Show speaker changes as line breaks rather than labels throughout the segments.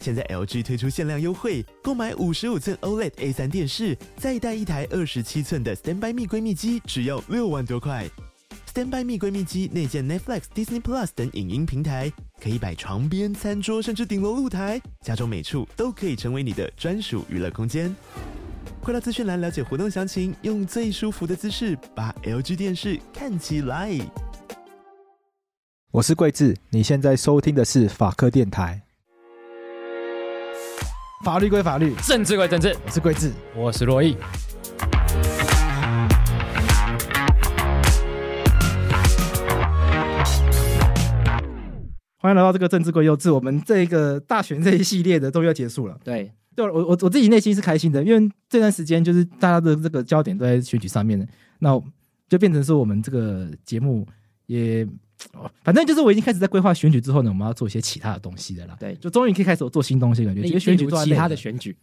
现在 LG 推出限量优惠，购买五十五寸 OLED A 3电视，再带一台二十七寸的 Standby 蜜闺蜜机，只要六万多块。Standby 蜜闺蜜机内建 Netflix、Disney Plus 等影音平台，可以摆床边、餐桌，甚至顶楼露台，家中每处都可以成为你的专属娱乐空间。快到资讯栏了解活动详情，用最舒服的姿势把 LG 电视看起来。
我是桂智，你现在收听的是法科电台。法律归法律，
政治归政治，
我是桂智。
我是洛毅。
欢迎来到这个政治归幼稚，我们这个大选这一系列的终于要结束了。
对，
对我我我自己内心是开心的，因为这段时间就是大家的这个焦点都在选举上面，那就变成说我们这个节目也，哦反正就是我已经开始在规划选举之后呢，我们要做一些其他的东西的啦。
对
就终于可以开始做新东西了，感觉
例
因为选
例
举
如
做完
其
累
他
了
的选 举，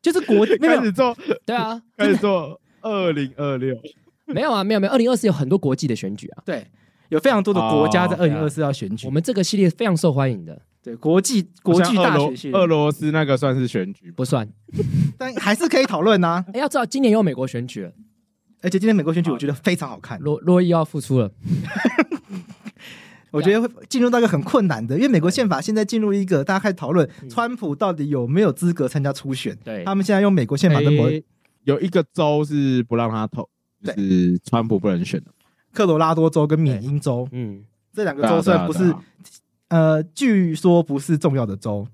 就是国没有
开
没有
始做，
对啊，
开始做二零二六，
没有啊，没有没有，二零二四有很多国际的选举啊，
对。有非常多的国家在
哦
二零二四要选举，
我们这个系列非常受欢迎的，
对国际国际
像
大
俄
选系
罗俄
列，
罗斯那个算是选举吧，
不算。
但还是可以讨论啊呐。
哎，要知道今年有美国选举了，
而且今天美国选举我觉得非常好看，
洛洛伊要复出了，
我觉得
啊
会进入到一个很困难的，因为美国宪法现在进入一个大家开始讨论
嗯
川普到底有没有资格参加初选。
对
他们现在用美国宪法跟某
诶有一个州是不让他投，就是川普不能选的，
科罗拉多州跟缅因州
嗯，
这两个
对啊
州虽然不
对
是
啊对啊
呃，据说不是重要的州，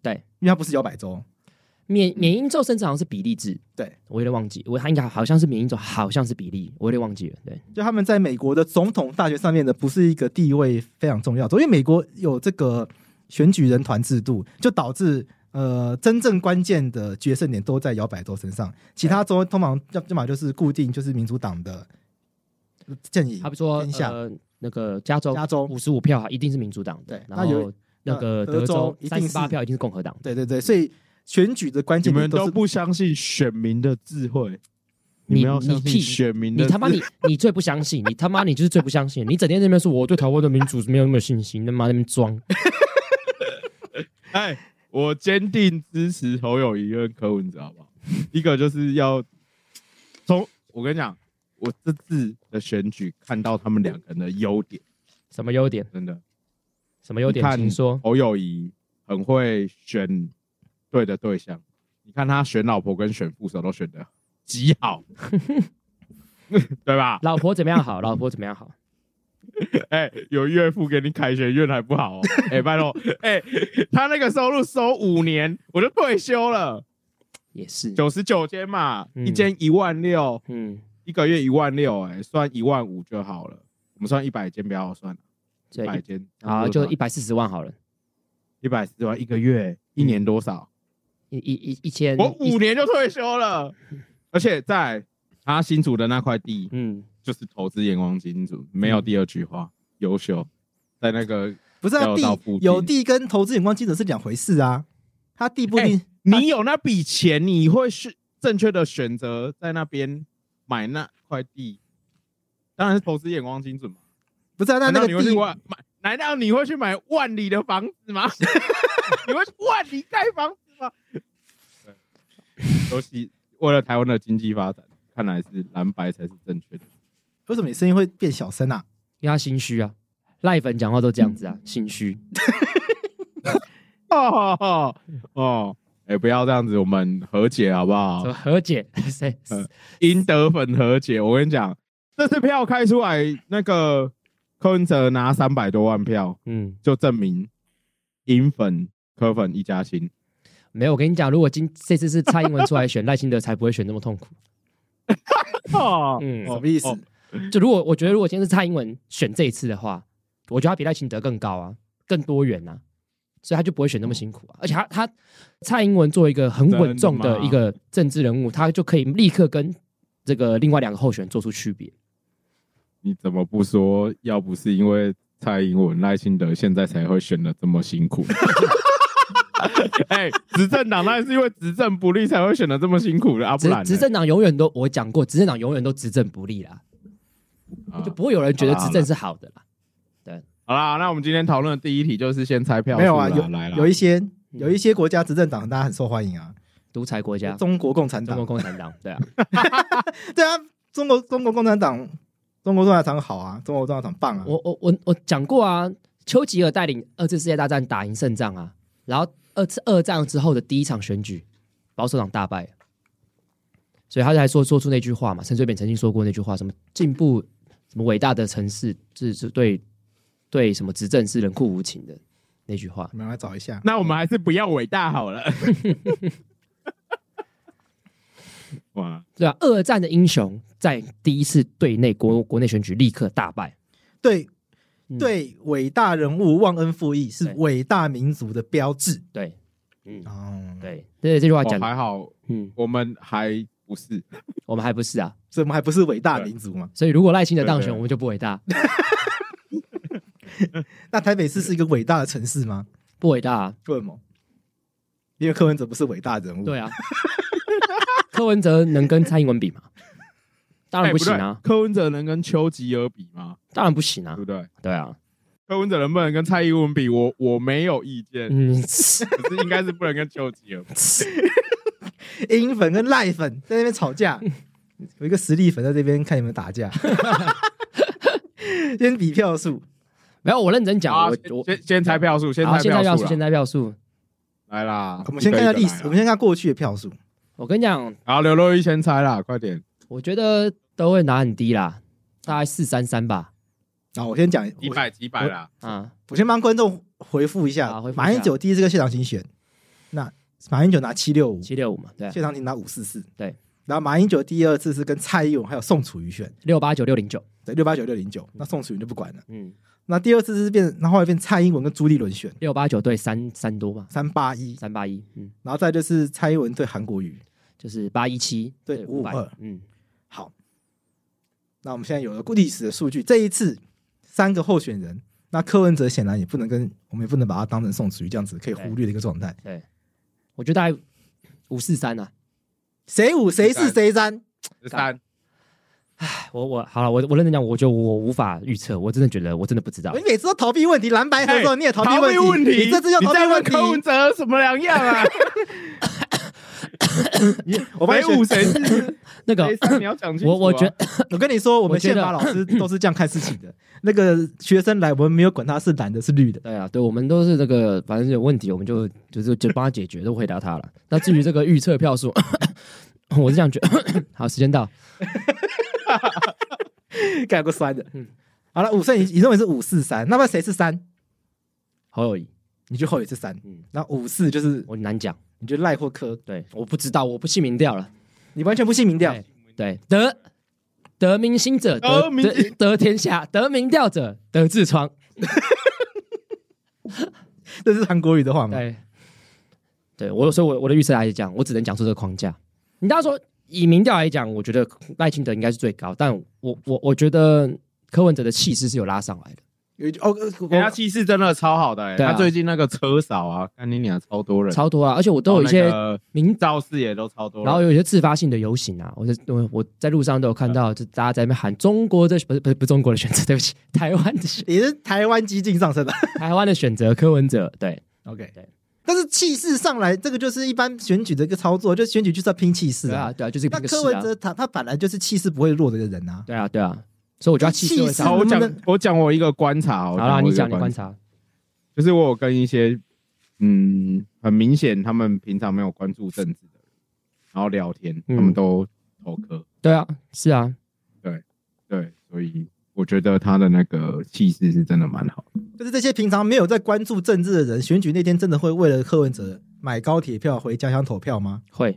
对
因为它不是摇摆州。
缅缅因州甚至好像是比例制，
对
我有点忘记，我他应该好像是缅因州，好像是比例，我有点忘记了，对，
就他们在美国的总统大学上面的不是一个地位非常重要的州，因为美国有这个呃选举人团制度，就导致呃真正关键的决胜点都在摇摆州身上，其他州通常要要么就是固定就是民主党的呃阵营
他，比说
天下
呃那个加州
加州
五十五票啊一定是民主党的，
对
然
那有
后那个
呃
德
德
州
州一
三
定
十
是
八票一定是共和党的，
对对对，所以选举的关
你
键
们
点
都
是
不相信选民的智慧，
你
你们要相
你屁
信选民的
你
智慧，
他妈你你最不相信，你他妈你就是最不相信，你整天在那边说我对台湾的民主是没有那么有信心，他妈在那边装。
哎，我坚定支持侯友谊跟柯文哲，好不好？ 一个就是要从我跟你讲，我这次的选举看到他们两个人的优点，
什么优点？
真的
什么优点
你？看
请说。
侯友谊很会选对的对象，你看他选老婆跟选副手都选的极好， 对吧？
老婆怎么样好？老婆怎么样好？
哎、有岳父给你凯旋院还 不好、哦？哎、拜托，哎、他那个收入收五年，我就退休了，
也是。
九十九间嘛，
嗯
一间一万六，
嗯，
一个月一万六，哎，算一万五就好了。我们算一百间不要算了，一
对，
百间
好，就一百四十万好了，
一百四万一个月，一年多少？
一一一一千。
我五
一
年就退休了， 而且在他新竹的那块地，
嗯，
就是投资眼光金主，没有第二句话，优秀，在那个
不是啊
要到附
地
近
有地跟投资眼光基准是两回事啊，他地
哎
不一定、
你有那笔钱，你会是正确的选择在那边买那块地，当然是投资眼光精准嘛。
不是啊，那
难
那
道
个
你会去
地
买买？难道你会去买万里的房子 吗？你会去万里盖房子吗？尤其为了台湾的经济发展，看来是蓝白才是正确的。
为什么你声音会变小声啊？
因为他心虚啊，赖粉讲话都这样子啊，心虚。
哦哦 哦，哎、不要这样子，我们和解好不好
什？么和解？ 谁？
嗯赢得粉和解，我跟你讲，这次票开出来，那个柯文哲拿三百多万票，
嗯，
就证明赢粉柯粉一家亲。
没有。我跟你讲，如果今这次是蔡英文出 来选，赖清德才不会选那么痛苦。
哦
嗯
什么意思？
哦
就如果我觉得，如果今天是蔡英文选这一次的话，我觉得他比赖清德更高啊，更多元啊。所以他就不会选那么辛苦啊。而且他他蔡英文作为一个很稳重
真
的
嗯的吗
一个政治人物，他就可以立刻跟这个另外两个候选人做出区别。
你怎么不说？要不是因为蔡英文、赖清德现在才会选的这么 辛苦。哎、执政党当然是因为执政不利才会选的这么辛苦的啊，不
执
然呢
执政党永远都我讲过，执政党永远都执政不利啦，
啊
就不会有人觉得
好啦
执政是好的啦。
好啦。那我们今天讨论的第一题就是先猜票数啦，
没有啊，有
来啦嗯
有一些有一些国家执政党大家很受欢迎啊，
独裁国家，
中国共产
中
党
国，共产党，对啊，
对啊，中国中国共产党，中国共产党好啊，中国共产党棒啊，
我我我我讲过啊，丘吉尔带领二次世界大战打赢胜仗啊，然后二次二战之后的第一场选举，保守党大败，所以他才说说出那句话嘛，陈水扁曾经说过那句话，什么进步，什么伟大的城市是是对对什么执政是冷酷无情的那句话
我，们来找一下，
那我们还是不要伟大好了。哇，
对啊，二战的英雄在第一次对内国国内选举立刻大败，
对
嗯
对，伟大人物忘恩负义是
对
伟大民族的标志。
对，嗯，
哦，，
对，对这句话
哦
讲，
还好，
嗯，
我们还不是。
我们还不是啊，
所以我们还不是伟大民族嘛？
所以如果赖清德当
对对
选，我们就不伟大。
那台北市是一个伟大的城市吗？
不伟大、啊，
为什么？因为柯文哲不是伟大人物。
对啊。 柯文哲能跟蔡英文比吗？当然
哎
不行
对
啊，
柯文哲能跟丘吉尔比吗？
当然不行啊
对，不对？
对啊，
柯文哲能不能跟蔡英文比？我我没有意见，
嗯，
可是应该是不能跟丘吉尔比。
英粉跟赖粉在那边吵 架，有一个实力粉在这边看你们打架，先比票数。
没有，我认真讲，
好啊
我
先
我
先先猜票数，先
好，
猜
现在
票
票
数
数，
啦，
现在票数，
来啦。
我们先看一下历
一
史，
啊
我
个
们
一个来啦
先看过去的票数。
我跟你讲，
好，刘若英先猜啦，快点。
我觉得都会拿很低啦，大概四三三吧，
啊，我先讲，我
几百啦？
啊，
我先帮观众回复一下
好回，复一下
马英九第一次跟谢长廷选，那马英九拿七六五，
七六五嘛，对啊，
谢长廷拿五四四，
对。
然后马英九第二次是跟蔡英文还有宋楚瑜选，
六八九六零九，
对，六八九六零九，那宋楚瑜就不管了。
嗯，
那第二次是变，然后后来变蔡英文跟朱立伦选
六八九对三三多嘛，
三八一，
三八一，嗯，
然后再就是蔡英文对韩国瑜。
就是八一七
对
五百
552，
嗯，
好，那我们现在有了历史的数据，这一次三个候选人，那柯文哲显然也不能跟我们也不能把他当成宋楚瑜这样子可以忽略的一个状态。
对，我觉得大概五四三啊，
谁五谁四谁三？
十三，
我我好了，我我认真讲，我就我无法预测，我真的觉得我真的不知道
你。每次都逃避问题，蓝白合的时候你哎也逃避问题，你这次又逃避
你再
问
问柯文
题。
哲什么两样啊？
我帮你
谁
选
五谁四
那个
谁三？你要讲清楚啊。
我我觉得
我跟你说，我们
我觉
宪
得
法老师都是这样看事情的。 那个学生来，我们没有管他是蓝的，是 绿的。
对啊，对我们都是这个，反正有问题我们就就是就帮他解决，都回答他了。那至于这个预测票数， 我是这样觉得。好，时间到，
盖过酸的。嗯
嗯，
好了，五胜，你你认为是五四三，那么谁是三？
侯友谊，
你就后也是三。嗯
嗯，
那五四就是
我难讲，
你就赖或科，
对，我不知道，我不信民调了。
你完全不信民调
对。对，得得民心者
得
得
民
得得天下，得民调者得痔疮。
这是韩国语的话吗？
对，对我所以我我的预测还是这样，我只能讲出这个框架。你刚刚说以民调来讲，我觉得赖清德应该是最高，但我我我觉得柯文哲的气势是有拉上来的。
有一句哦，呃
人家
我
哎气势真的超好的、欸，
对啊
他最近那个车少啊，干你俩超多人，
超多啊，而且我都有一些
然哦后那个
民，
造势也都超多人，
然后有一些自发性的游行啊，我在我我在路上都有看到，就大家在那边喊中国的不是不是不是中国的选择， 对不起，台湾的选
也是台湾激进上升的。
台湾的选择，柯文哲对
OK，
对
但是气势上来，这个就是一般选举的一个操作，就选举就是要拼气势
对啊
啊。
对啊，就是一
那
个
柯
事
文
啊，
哲他他本来就是气势不会弱的一个人啊。
对啊对啊，所以我觉得他气势会
气势
上
好，
来。
我讲
能不
我讲我一个观察哦，
好啦，
我
你
一个
讲你观，察，
就是我有跟一些嗯，很明显他们平常没有关注政治的人，然后聊天，他
嗯
们都投科，
对啊是啊，
对，所以我觉得他的那个气势是真的蛮好的。
就是这些平常没有在关注政治的人，选举那天真的会为了柯文哲买高铁票回家乡投票吗？
会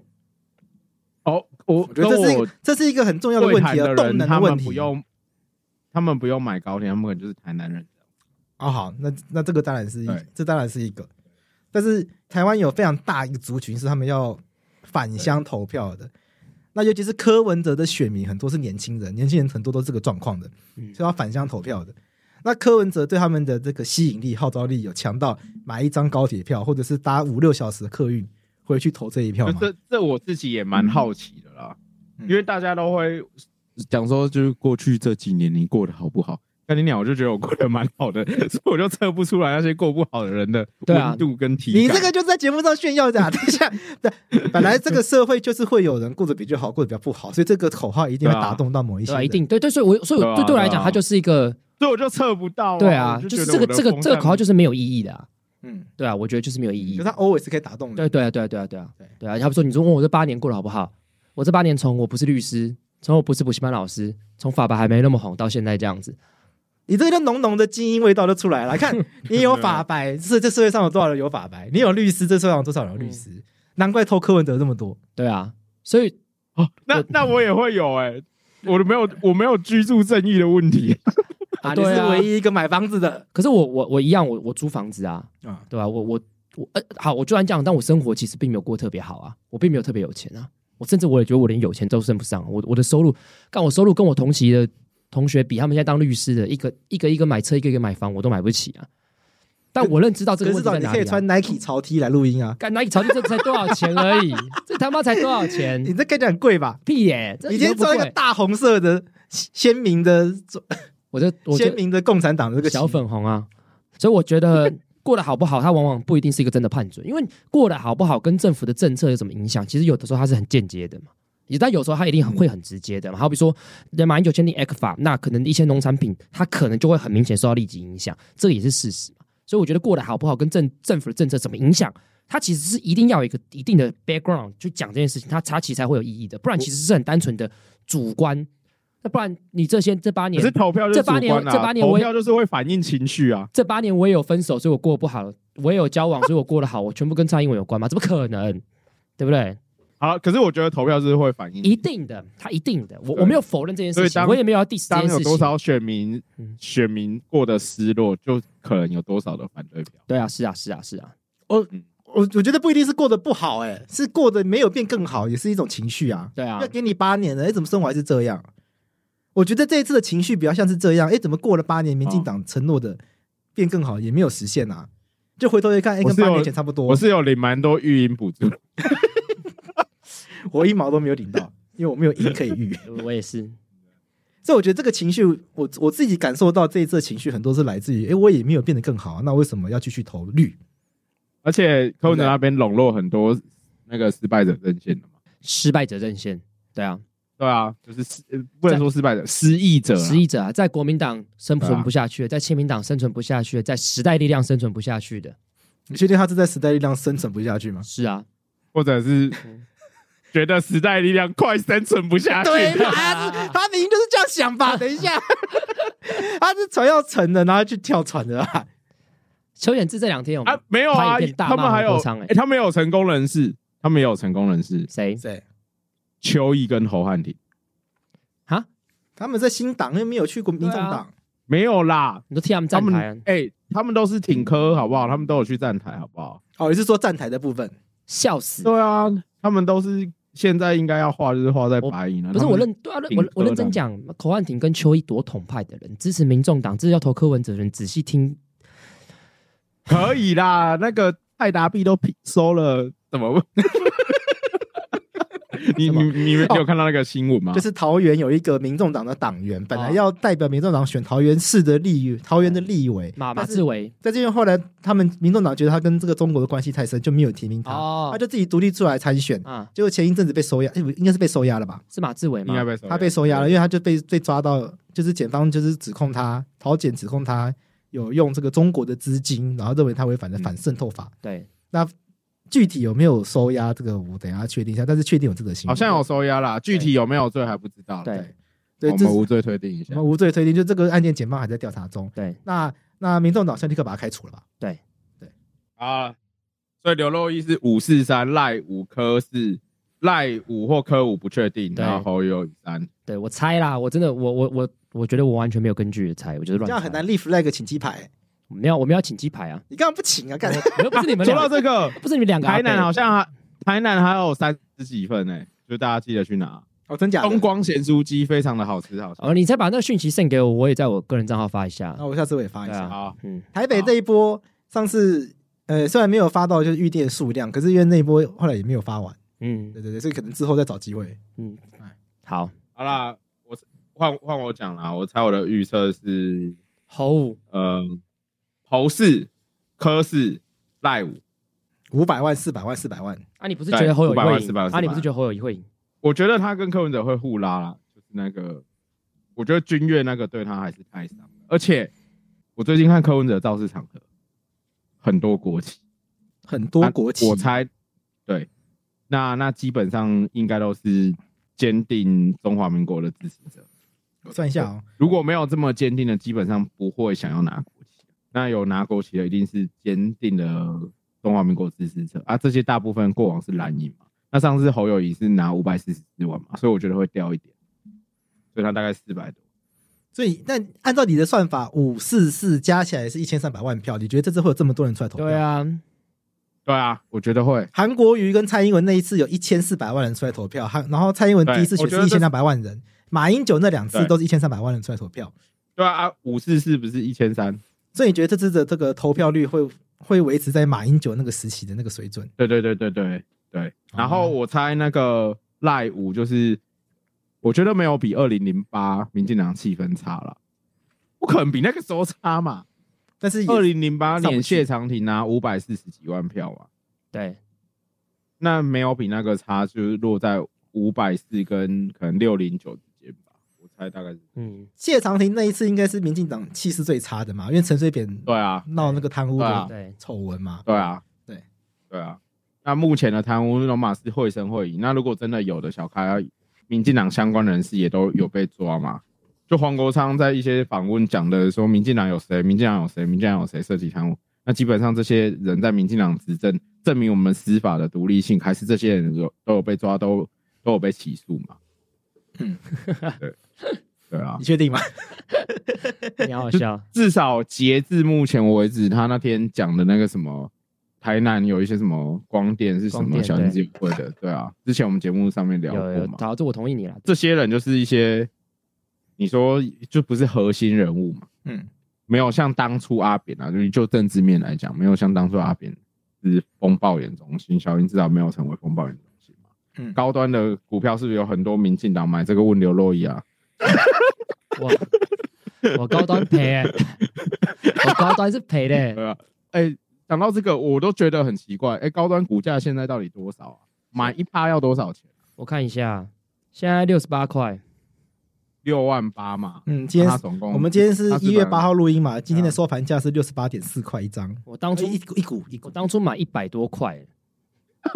哦，我
我觉得这是一个这是一个很重要的
对
问
谈
题啊，
的
动
人，
能
他
的问
们
题
不。用，他们不用买高铁，他们可能就是台南人。
哦，好，那那这个当然是一
对
这当然是一个。但是台湾有非常大一个族群是他们要返乡投票的。那尤其是柯文哲的选民很多是年轻人，年轻人很多都是这个状况的，
嗯
所以要返乡投票的。那柯文哲对他们的这个吸引力、号召力有强到买一张高铁票，或者是搭五六小时的客运回去投这一票
就
吗？
这这我自己也
嗯
蛮好奇的啦，
嗯
因为大家都会讲说，就是过去这几年你过得好不好？但你鸟，我就觉得我过得蛮好的，所以我就测不出来那些过不好的人的
对啊
温度跟体感。
你这个就是在节目上炫耀的、啊。等一下，对，本来这个社会就是会有人过得比较好，过得比较不好，所以这个口号一定会打动到某一些
对啊
人。
吧？一定对对，所以我所以
对
我
啊
对对我来讲，
对啊
它就是一个
所以我就测不到、
对啊，
我
就
就是觉
这个
得我的
这个
风
这个口号
扇
就是没有意义的啊。
嗯，
对啊，我觉得就是没有意义
可是。他 always 可以打动人。
对对啊对啊对啊对啊
对
对啊！要不说你说问我这八年过得好不好？我这八年从我不是律师，从我不是补习班老师，从法白还没那么红到现在这样子，
你这个就浓浓的精英味道就出来了。看， 你有法白，是这社会上有多少人有法白？你有律师，这社会上有多少人有律师？难怪偷柯文哲这么多。
对啊，所以
哦，那那我也会有哎、我都没有我没有居住正义的问题，
啊
你
对
是
啊
唯一一个买房子的。
可是我我我一样，我我租房子啊，
啊
对吧、我我我呃，好，我就算这样，但我生活其实并没有过特别好啊，我并没有特别有钱啊，我甚至我也觉得我连有钱都升不上，啊我我的收入，干我收入跟我同期的同学比，他们现在当律师的，一个一个一个买车，一个一个买房，我都买不起啊。但我认知到这
可
个
是
问
至
题
少
在
你
哪
可
里、
以
啊
穿。Nike 潮 T 来录音啊！
干哪里朝这才多少钱而 已，这他妈才多少
你
钱？
这看起来很贵吧？
屁耶、这
你今天
一点都
穿
不
一个
贵。
大红色的鲜明的
我就我就
鲜明的共产党的这个旗
小粉红啊，所以我觉得过得好不好，它往往不一定是一个真的判准，因为过得好不好跟政府的政策有什么影响，其实有的时候它是很间接的嘛。也但有时候它一定很会很直接的嘛，好比说马英九签订 a c 法，那可能一些农产品它可能就会很明显受到立即影响，这个也是事实嘛。所以我觉得过得好不好跟政政府的政策怎么影响，它其实是一定要有一个一定的 background 去讲这件事情，它它其实才会有意义的，不然其实是很单纯的主观。那不然你这些这八
可
年
是投票就是
这八年
主观啊
这八年
投
我也
票就是会反映情绪啊。
这八年我也有分手，所以我过得不好；我也有交往，所以我过得好。我全部跟蔡英文有关吗？怎么可能？对不对？
好，可是我觉得投票就是会反映
一定的，他一定的。我
对
我没有否认这件
所
事
以
情，
当
我也没有要 diss 这
当
件
有
事
多
情。
少选民
嗯
选民过得失落，就可能有多少的反对票。
对啊，是啊，是啊，是啊。
我我觉得不一定是过得不好、哎，是过得没有变更好，也是一种情绪啊。
对啊
要给你八年了，哎、怎么生活还是这样？我觉得这一次的情绪比较像是这样，哎、怎么过了八年，民进党承诺的变更好也没有实现啊？就回头一看，哎、
我
跟
是有
八年前差不多。
我是有领蛮多育婴补助，
我一毛都没有领到，因为我没有赢可以 预。
我我也是。
所以我觉得这个情绪，我我自己感受到这一次的情绪很多是来自于，哎、我也没有变得更好、啊，那为什么要继续投绿？
而且柯文哲那边笼络很多那个失败者阵线的嘛。
失败者阵线，对啊，
对啊，就是失呃不能说失败者，失意者啊，
失意者啊，在国民党生
对
存
啊
不下去，在亲民党生存不下去，在时代力量生存不下去的，
你确定他是在时代力量生存不下去吗？
是啊，
或者是
嗯
觉得时代力量快生存不下去。
对嘛？他他明明就是这样想吧？等一下，他是船要沉的，然后去跳船的啊。
邱显志这两天有
啊，没有啊
拍影，片大
他们
骂
还有
黄国昌欸
哎、他们有成功人士，他们也有成功人士，
谁
对，
邱毅跟侯汉廷
啊？
他们在新党又没有去过民众
对
党，
没有啦，
你都替他们
他
站
们
台啊、
哎、他们都是挺科好不好？他们都有去站台好不好？
哦，也是说站台的部分。
笑死！
对啊，他们都是现在应该要画就是画在
我
白银啊，
不是
他们
我认对啊，认我
挺
我认
柯
真
的
讲，口岸挺跟邱毅多统派的人，支持民众党，支持要投柯文哲的人，仔细听，
可以啦，那个泰达币都批收了，怎 么？你你你
哦
们有看到那个新闻吗？
就是桃园有一个民众党的党员，本
哦
来要代表民众党选桃园市的立桃园的立委，
马马
但是
志伟
在这边后来他们民众党觉得他跟这个中国的关系太深，就没有提名他，
哦
他就自己独立出来参选。
啊，
结果前一阵子被收押，哎，应该是被收押了吧？
是马志伟
应该
吗？
被收
他被收押了，因为他就被被抓到，就是检方就是指控他，桃检指控他有用这个中国的资金，然后认为他违反了
嗯
反渗透法。
对，
具体有没有收押这个，我等一下确定一下，但是确定有这个新闻，
好像有收押啦，具体有没有罪还不知道。
对
对，
我
这
们
是
无罪推定一
我
下
们。无罪推定，就这个案件检方还在调查中。
对，
那那民众党现在立刻把他开除了吧？
啊，所以刘若一是五四三赖五科是赖五或科五不确定，
对
然后侯友宜三，
对我猜啦，我真的我我我我觉得我完全没有根据的猜，我就是
这
乱
样
猜，
很难立 flag 请鸡排，
我们要我们要请鸡排啊！
你干嘛不请啊？干
我又不是你们
说
两
到
个，
这个，
不是你们两个阿啊
台
伯。
南啊好像还台南还有三十几份呢、就大家记得去拿。
哦，真假的？
东光咸酥鸡非常的好吃，好吃。
哦，你再把那个讯息送给我，我也在我个人账号发一下
那。我下次我也发一
对
下。
啊，
好，
嗯，
台北这一波上次呃虽然没有发到就是预定的数量，可是因为那一波后来也没有发完。
嗯
对对对，这个可能之后再找机会。
嗯，好，
好啦，我换换我讲啦。我猜我的预测是，
猴五
呃，侯氏、柯氏、赖五。
五百万、四百万、四百万，
啊，你不是觉得侯友谊
对500
会
万
赢？
400万
啊，你不是觉得侯友谊会赢？
我觉得他跟柯文哲会互拉啦，就是那个，我觉得君越那个对他还是太伤了。而且我最近看柯文哲造势场合，很多国旗，
很多
那
国企
啊我猜，对，那那基本上应该都是坚定中华民国的支持者。
我算一下哦，
如果没有这么坚定的，基本上不会想要拿国旗。那有拿国旗的，一定是坚定的中华民国支持者啊。这些大部分过往是蓝营嘛。那上次侯友谊是拿五百四十四万嘛，所以我觉得会掉一点，所以他大概四百多。
所以那按照你的算法，五四四加起来是一千三百万票，你觉得这次会有这么多人出来投票？
对，啊，
对啊，我觉得会。
韩国瑜跟蔡英文那一次有一千四百万人出来投票，韩然后蔡英文第一次
对
选
我觉
是
得
一
这
千两百万人，马英九那两次
对
都是一千三百万人出来投票，
对啊，啊五四四不是一千三？
所以你觉得这次的这个投票率会会维持在马英九那个时期的那个水准？
对对对对对对。然后我猜那个赖五就是，我觉得没有比二零零八民进党气氛差了，不可能比那个时候差嘛。
但是也
二零零八
上不去
年谢长廷拿五百四十几万票嘛，
对，
那没有比那个差，就是落在五百四跟可能六零九之间吧，我猜大概是。
嗯，
谢长廷那一次应该是民进党气势最差的嘛，因为陈水扁
对啊，
闹那个贪污
对啊
的
对，
丑闻嘛，
对啊，
对，
对啊。那目前的贪污罗马是会声会影，那如果真的有的小开，民进党相关人士也都有被抓嘛？就黄国昌在一些访问讲的说，民进党有谁，民进党有谁，民进党有谁涉及贪污，那基本上这些人在民进党执政，证明我们司法的独立性，还是这些人有都有被抓，都都有被起诉嘛？
嗯，
对，对啊
你，确定吗？
你好好笑。
至少截至目前为止，他那天讲的那个什么，台南有一些什么光电是什
光
么
电
小经济会的，对啊，之前我们节目上面聊
有
过
有，
嘛，
好，这我同意你了。
这些人就是一些，你说就不是核心人物嘛，
嗯，
没有像当初阿扁啊，就是就政治面来讲，没有像当初阿扁是风暴眼中心，小英至少没有成为风暴眼中心嘛，
嗯
高端的股票是不是有很多民进党买？这个问刘若伊啊，
我我高端赔、欸，我高端是赔的、
对啊，哎、讲到这个，我都觉得很奇怪。哎、高端股价现在到底多少啊？买一趴要多少钱？
我看一下，现在六十八块，
六万八嘛。
嗯，今天
它总共
我们今天是
它
一月八号录音嘛，今天的
啊
收盘价是六十八点四块一张，
我当初
一股一股一
我
股。
当初买一百多块、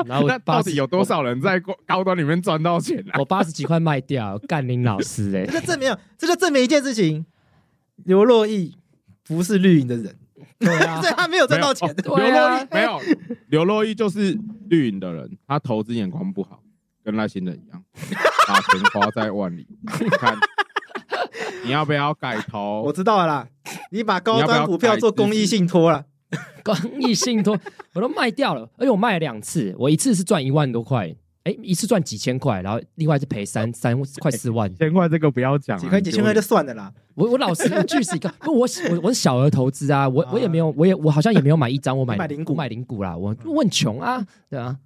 然后
那
我
到
八
底
十，
有多少人在高高端里面赚到钱啊？
我八十几块卖掉，干林老师哎、
这 就证明了，这就证明一件事情：刘若毅不是绿营的人，
对啊
所以，他没有赚到钱。
哦对啊
没有， 刘若伊就是绿营的人，他投资眼光不好，跟赖清德一样，把钱花在万里。 你看，你要不要改
我
投？
知道了啦，你把高
你要不啊
端
要
股票做公益信托了，
公益信托我都卖掉了，而且我卖了两次，我一次是赚一万多块，哎、一次赚几千块，然后另外是赔三三快四 万。
千块这个不要讲啊，
几块几千块就算了啦。
我我老实我据实以告，不我我我是小额投资啊，我我也没有，我也我好像也没有买一张，我买
买零股
我买零股啦，我我很穷啊，对啊，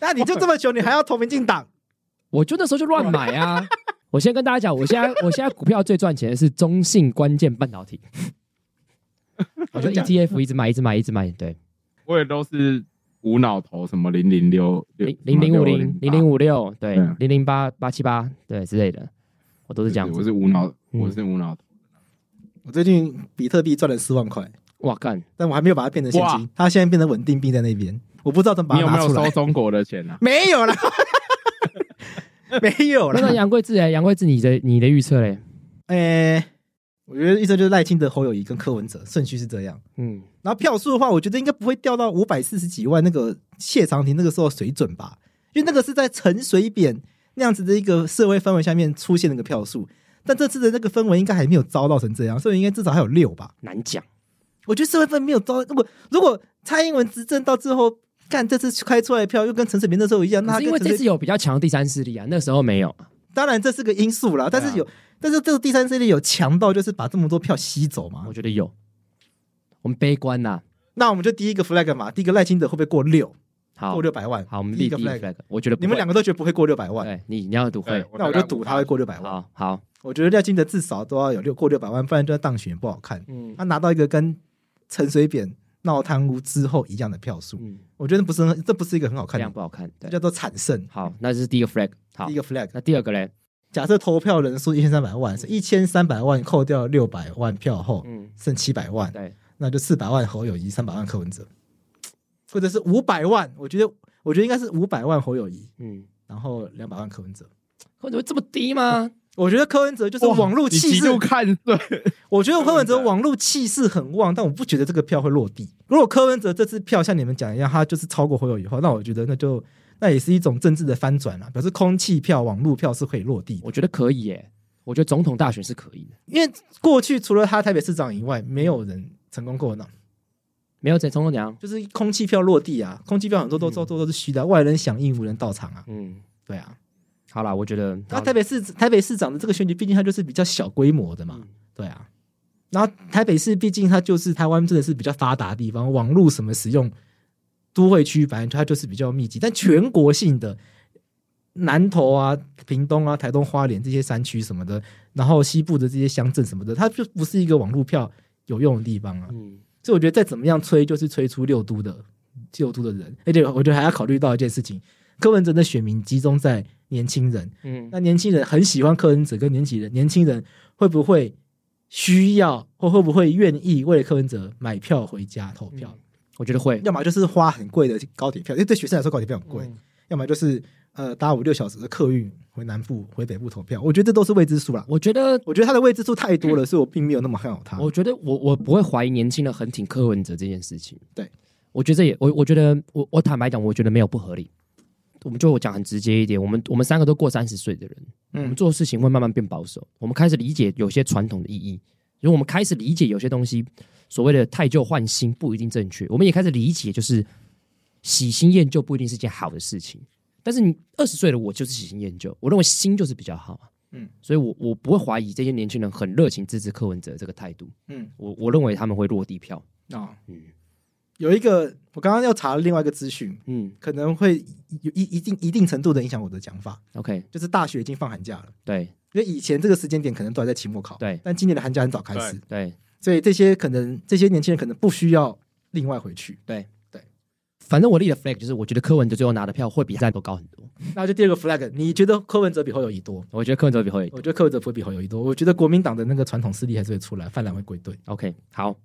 那你就这么穷，你还要投民进党？
我就那时候就乱买啊。我先跟大家讲，我现在我现在股票最赚钱的是中信关键半导体，我就 ETF 一直买，一直买，一直买，对，
我也都是无脑投，什么零零六
零零零五零零零
五。
五六，对啊
嗯，
零零八八七八，对之类的，我都是这样
我
子。
是无脑，
嗯
我是无脑投。
我最近比特币赚了四万块，
哇干，
但我还没有把它变成现金
哇，
它现在变成稳定币在那边，我不知道怎么把
你有
它
没
拿
有
出
收
来。
中国的 钱啊？
没有啦，没有
那
啦
个。杨贵志哎，杨贵志，你的你的预测嘞？
诶、我觉得预测就是赖清德、侯友谊跟柯文哲，顺序是这样。
嗯，
然后票数的话，我觉得应该不会掉到五百四十几万那个谢长廷那个时候的水准吧，因为那个是在陈水扁那样子的一个社会氛围下面出现那个票数。但这次的那个氛围应该还没有糟到成这样，所以应该至少还有六吧。
难讲，
我觉得社会氛没有到，如果如果蔡英文执政到最后，干这次开出来的票又跟陈水扁那时候一样，
可
那他
是
跟
因为
陈水
这次有比较强的第三势力啊，那时候没有。
当然这是个因素啦，但
啊
是有，但是这个第三势力有强到就是把这么多票吸走嘛
我？觉得有，我们悲观呐、
那我们就第一个 flag 嘛，第一个赖清德会不会过六？
好
过，六百万？
好，我们
第
立
一个
第一个
flag。
flag，我觉得不
你们
会
两个都觉得不会过六百万，
对你你要赌会
对，
那我就赌他会过六百万。
好好，
我觉得赖清德至少都要有六过六百万，不然就要当选也不好看。
嗯
他拿到一个跟陈水扁闹贪污之后一样的票数，
嗯，
我觉得不是很，这不是一个很好
这
看
样
的，
不好看，
这
对，
叫做惨胜。
好，那这是第一个 flag，好
第一，个 flag，
那第二个嘞，
假设投票人数一千三百万，是一千三百万扣掉六百万票后，
嗯，
剩七百万，
对，
那就四百万侯友谊，三百万柯文哲，或者是五百万，我觉得我觉得应该是五百万侯友谊，
嗯，
然后两百万柯文哲。
为什么这么低吗？
我觉得柯文哲就是网络
你
气
极
势
度看对，
我觉得柯文哲网络气势很旺，但我不觉得这个票会落地。如果柯文哲这次票像你们讲一样，他就是超过侯友宜后，那我觉得那就那也是一种政治的翻转啦，啊表示空气票、网络票是可以落地的。
我觉得可以耶，我觉得总统大选是可以的，
因为过去除了他台北市长以外，没有人成功过呢，
没有总统怎样？
就是空气票落地啊，空气票很多都都都都是虚的，啊外人响应无人到场啊，
嗯，
对啊。
好啦，我觉得
那
好
台北市台北市长的这个选举，毕竟它就是比较小规模的嘛，
嗯
对啊。然后台北市毕竟它就是台湾真的是比较发达的地方，网络什么使用，都会区反正它就是比较密集。但全国性的南投啊、屏东啊、台东、花莲这些山区什么的，然后西部的这些乡镇什么的，它就不是一个网络票有用的地方啊。
嗯，
所以我觉得再怎么样吹，就是吹出六都的六都的人，而且我觉得还要考虑到一件事情，柯文哲的选民集中在年轻人，
嗯，
那年轻人很喜欢柯文哲，跟年轻人，年轻人会不会需要或会不会愿意为了柯文哲买票回家投票？
我觉得会，
嗯要么就是花很贵的高铁票，因为对学生来说高铁票很贵；
嗯
要么就是呃搭五六小时的客运回南部、回北部投票。我觉得这都是未知数啦。
我觉得
我觉得他的未知数太多了，所以我并没有那么看好他。
我觉得我我不会怀疑年轻人很挺柯文哲这件事情。
对，
我觉得这也我我觉得我我坦白讲，我觉得没有不合理。我们就我讲很直接一点，我们我们三个都过三十岁的人，我们
嗯
做事情会慢慢变保守，我们开始理解有些传统的意义，因为我们开始理解有些东西所谓的太旧换新不一定正确，我们也开始理解就是喜新厌旧不一定是件好的事情。但是你二十岁的我就是喜新厌旧，我认为新就是比较好啊。
嗯
嗯，所以我我不会怀疑这些年轻人很热情支持柯文哲这个态度。
嗯
我我认为他们会落地票。
啊，
嗯
有一个我刚刚要查了另外一个资讯，
嗯
可能会有一一定一定程度的影响我的讲法，
，OK，
就是大学已经放寒假了。
对
因为以前这个时间点可能都还在期末考，
对
但今年的寒假很早开始，
对，
所以这些可能这些年轻人可能不需要另外回去。
反正我立的 flag 就是，我觉得柯文哲最后拿的票会比战斗高很多。
那就第二个 flag，你觉得柯文哲比侯友谊多？
我觉得柯文哲比会
我觉得柯文哲不会比侯友谊多，我觉得国民党的那个传统势力还是会出来，泛蓝会归队。
OK 好，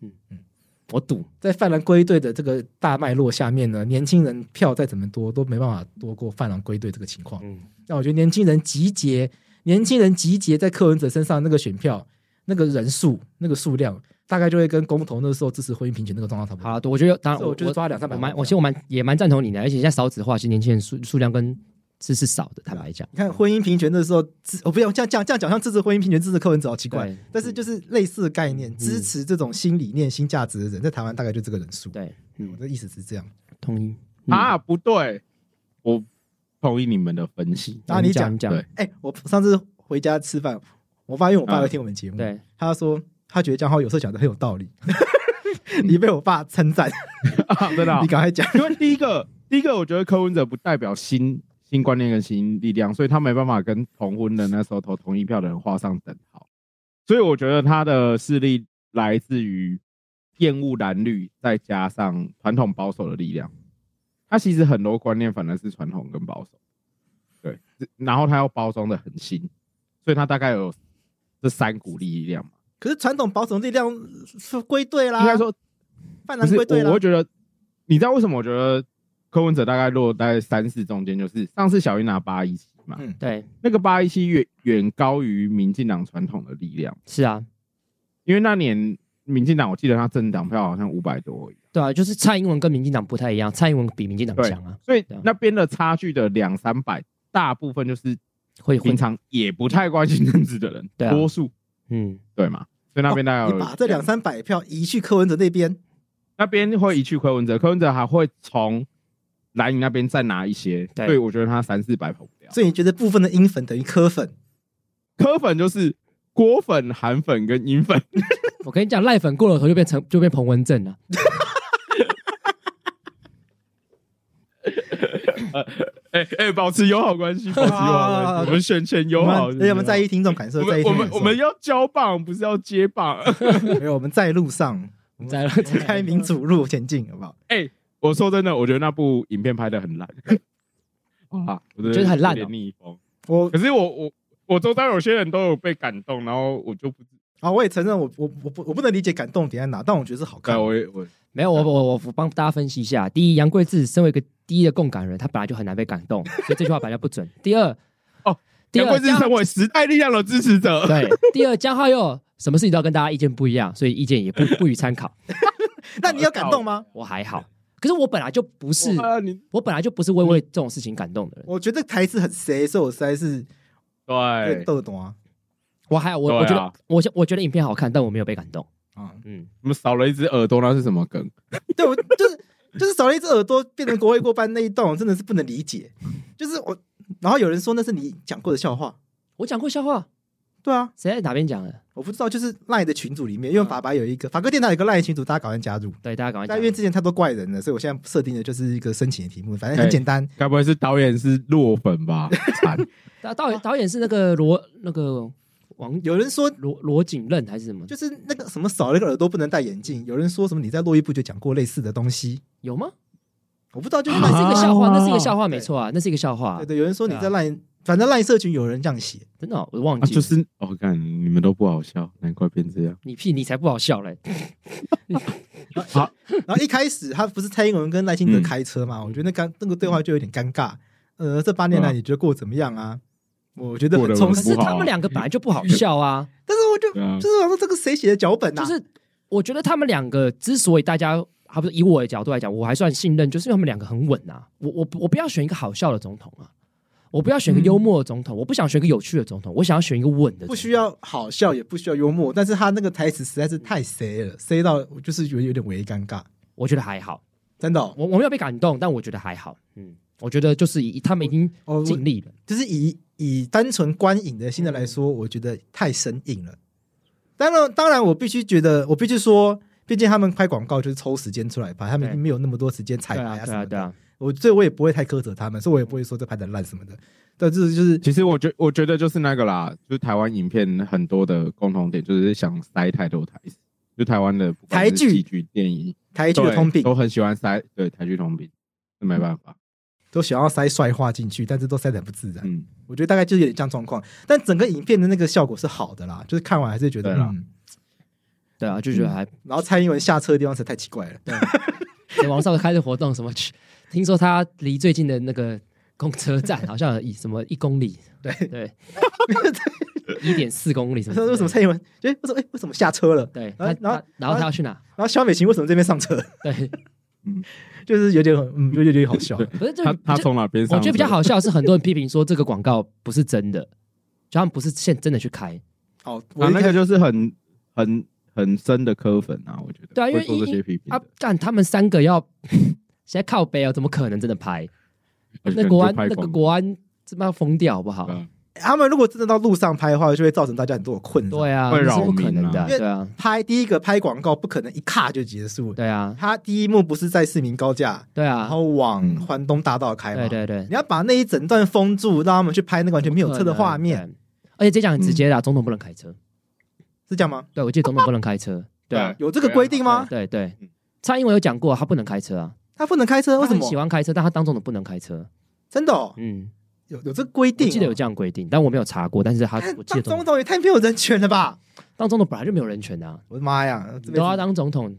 嗯嗯，我赌
在泛蓝归队的这个大脉络下面呢，年轻人票再怎么多都没办法多过泛蓝归队这个情况。
嗯
那我觉得年轻人集结，年轻人集结在柯文哲身上那个选票、那个人数、那个数量，大概就会跟公投那时候支持婚姻平权那个状况差不多。
好了，我觉得当然
所以
我
我就是抓两三百
我蛮
万这样
我其实我蛮也蛮赞同你的，而且现在少子化，其实年轻人数数量跟是是少的，坦白讲
你，看婚姻平权的时候，支哦我不要这样这样这样讲，像支持婚姻平权、支持柯文哲好奇怪
对，嗯
但是就是类似的概念，嗯支持这种新理念、新价值的人，在台湾大概就这个人数。
对，
我
嗯，
的意思是这样。
同意嗯
啊，不对，我同意你们的分析。
那
你
你
讲
讲
你讲，
对
哎，我上次回家吃饭，我发现我爸
嗯
啊
会听我们节目，
对，
他说他觉得江浩有时候讲的很有道理，
嗯
你被我爸称赞，
啊 真的 啊
你，赶快讲。
因为第一个，第一个，我觉得柯文哲不代表新新观念跟新力量，所以他没办法跟同婚的那时候投同意票的人画上等号。所以我觉得他的势力来自于厌恶蓝绿，再加上传统保守的力量。他其实很多观念反而是传统跟保守，对，然后他要包装的很新，所以他大概有这三股力量嘛。
可是传统保守力量是归队啦，
应该说
泛
不
蓝
是，
归队
我
啦
会。觉得，你知道为什么？我觉得柯文哲大概落在三四中间，就是上次小英拿八一七嘛，
嗯
对，
那个八一七远远高于民进党传统的力量，
是啊，
因为那年民进党我记得他政党票好像五百多而已，
对啊，就是蔡英文跟民进党不太一样，蔡英文比民进党
对
强啊，
所以
对啊
那边的差距的两三百，大部分就是
会会
平常也不太关心政治的人，
对啊
多数
嗯
对吗？所以那边大概
哦你
有
把这两三百票移去柯文哲那边，
那边会移去柯文哲，柯文哲还会从蓝营那边再拿一些，
对
所以我觉得他三四百跑不掉。
所以你觉得部分的英粉等于柯粉？
柯粉就是郭粉、韩粉跟英粉，
我跟你讲，赖粉过了头就变成就变彭文正了。
哎、哎、保持友好关系， 保持友好关
啊
系，我们选前友
我
好，
们而且我们在
在
意听众感受，
啊我
在意
们
听
我
众
们我们
感
要交棒，不是要接棒。
受， 没有我们在路上，
嗯
我
在
们
了，
开民主路前进，好不好？
我说真的，我觉得那部影片拍 的很烂，啊， 我
觉得很烂哦
有点逆风。
我
可是我我我周遭有些人都有被感动，然后我就不知
啊，我也承认我，我我不我不能理解感动点在哪，但我觉得是好看
道，。我也我
没有，我我我我帮大家分析一下。第一，杨贵志身为一个第一的共感人，他本来就很难被感动， 所以这句话本来就不准。第二，
哦，
第
啊
杨
二
贵是成为时代力量的支 持者。
对，第二江浩佑什么事情都要跟大家意见不一样，所以意见也不不予参考。
那你有感动吗？
我还好，可是我本来就不是，
啊，你
我本来就不是为为这种事情感动的人。
我觉得台词很塞，所以我实在是有点
对
逗懂啊
我还我、我觉
对
得
啊
我我觉得影片好看，但我没有被感动。
啊！
嗯，
我们少了一只耳朵，那是什么梗？
对，我就是就是少了一只耳朵，变成国会过半那一段，我真的是不能理解。就是我，然后有人说那是你讲过的笑话，
我讲过笑话，
对啊，
谁在哪边讲的？
我不知道，就是赖的群组里面，因为法白有一个法哥电台有一个赖群组，大家赶快加入。
对，嗯大家赶快
但
讲
因。为之前太多怪人了，所以我现在设定的就是一个申请的题目，反正很
对
简单。
该不会是导演是落 粉吧？惨
导导演导演是那个罗那个王
有人说
罗罗景任还是什么？
就是那个什么少了一个耳朵不能戴眼镜，有人说什么你在络绎不绝讲过类似的东西，
有吗？
我不知道，就是
啊那
赖
是一个笑话，那是一个笑话，
对
没错啊，那是一个笑话
对，对，有人说你
对啊
在赖，反正赖社群有人这样写，
真的哦我忘
啊，
记了。
就是哦，干你们都不好笑，难怪变这样。
你屁，你才不好笑
啊
嘞！
好，
然后一开始他不是蔡英文跟赖清德
嗯
开车嘛，我觉得那刚那个对话就有点尴尬。呃，这八年来
嗯
对啊
你觉得过得怎么样啊？我觉得
过
很
得
充
不
可
实
是，
好啊
他们两个本来就不好笑 啊。
但是我就
对啊
就是我说这个谁写的脚本
就
啊？
是我觉得他们两个之所以大家，还不是以我的角度来讲，我还算信任，就是因为他们两个很稳啊。我我我不要选一个好笑的总统啊，我不要选个
嗯
幽默的总统，我不想选个有趣的总统，我想要选一个稳的。
不需，要好笑，也不需要幽默，但是他那个台词实在是太塞了，塞到我就是有有点微尴尬，
我觉得还好，
真的哦、
我我没有被感动，但我觉得还好。嗯，我觉得就是以他们已经
哦我
尽力了。
就是以以单纯观影的心态来说，我觉得太生硬了。当然，当然，我必须觉得，我必须说，毕竟他们拍广告就是抽时间出来拍，他们
对
没有那么多时间彩
对
排
啊，
什
对
么
啊，对
的。
啊，
我所以，我也不会太苛责他们，所以我也不会说这拍的烂什么的。但这就是
其实我觉我觉得就是那个啦，就是台湾影片很多的共同点，就是想塞太多台词，就台湾的不管是
台剧
戏剧、电影，
台剧的
对
通病，
都很喜欢塞，对台剧通病，这没办法，
都想要塞帅话进去，但是都塞的不自然。
嗯，
我觉得大概就是有点这样状况，但整个影片的那个效果是好的啦，就是看完还是觉得
对啊啦
嗯。
对啊，就觉得还
然后蔡英文下车的地方实在太奇怪了，
在哎网上开的活动什么 去，听说他离最近的那个公车站好像有一什么一公里，
对
对， 一点四公里什
他
么？
说为什么蔡？英文？哎，为什么哎为什么下车了？
对，他
然后然后
他然后他要去哪？
然后肖美琴为什么这边上车？
对，
就是有点嗯，有点有点好笑。
不是就
他他
就
从哪边上？啊
我觉得比较，好笑的是很多人批评说这个广告不是真的，就他们不是现真的去开。
好，我
啊，
一
那
开
个就是很很很深的科粉啊，我觉得
对啊，因为
会做这些批评
嗯
啊
的，，
干他们三个要 现在靠背啊，怎么可能真的拍？
而且
那国
可
安
能
那个
就拍广
国安他妈疯掉好不好
告？啊
他们如果真的到路上拍的话，就会造成大家很多的困扰。
对啊，
会
那是
扰
不可
民
能的啊，
啊
对啊，
拍第一个拍广告不可能一卡就结束，
对啊，
他第一幕不是在市民高架，
对
然
啊，
后往
嗯
环东大道开嘛？
对对对
你。要把那一整段封住，让他们去拍那个完全没有车的画面，嗯
对。而且这讲很直接啦，总统不能开车。
是这样吗？
对，我记得总统不能开车。对啊，
有这个规定吗？
对对
嗯。
蔡英文有讲过，他不能开车啊。
他不能开车，为什
他很喜
么？
欢开车，但他当总统不能开车。
真的哦，
嗯，
有有这个规
我
定哦？
记得有这样规定，但我没有查过。但 是他
但
我记
当
得总
总
统
统也太没有人权了吧！
当总统本来就没有人权的啊，
我的妈呀，这辈子
都要当总统。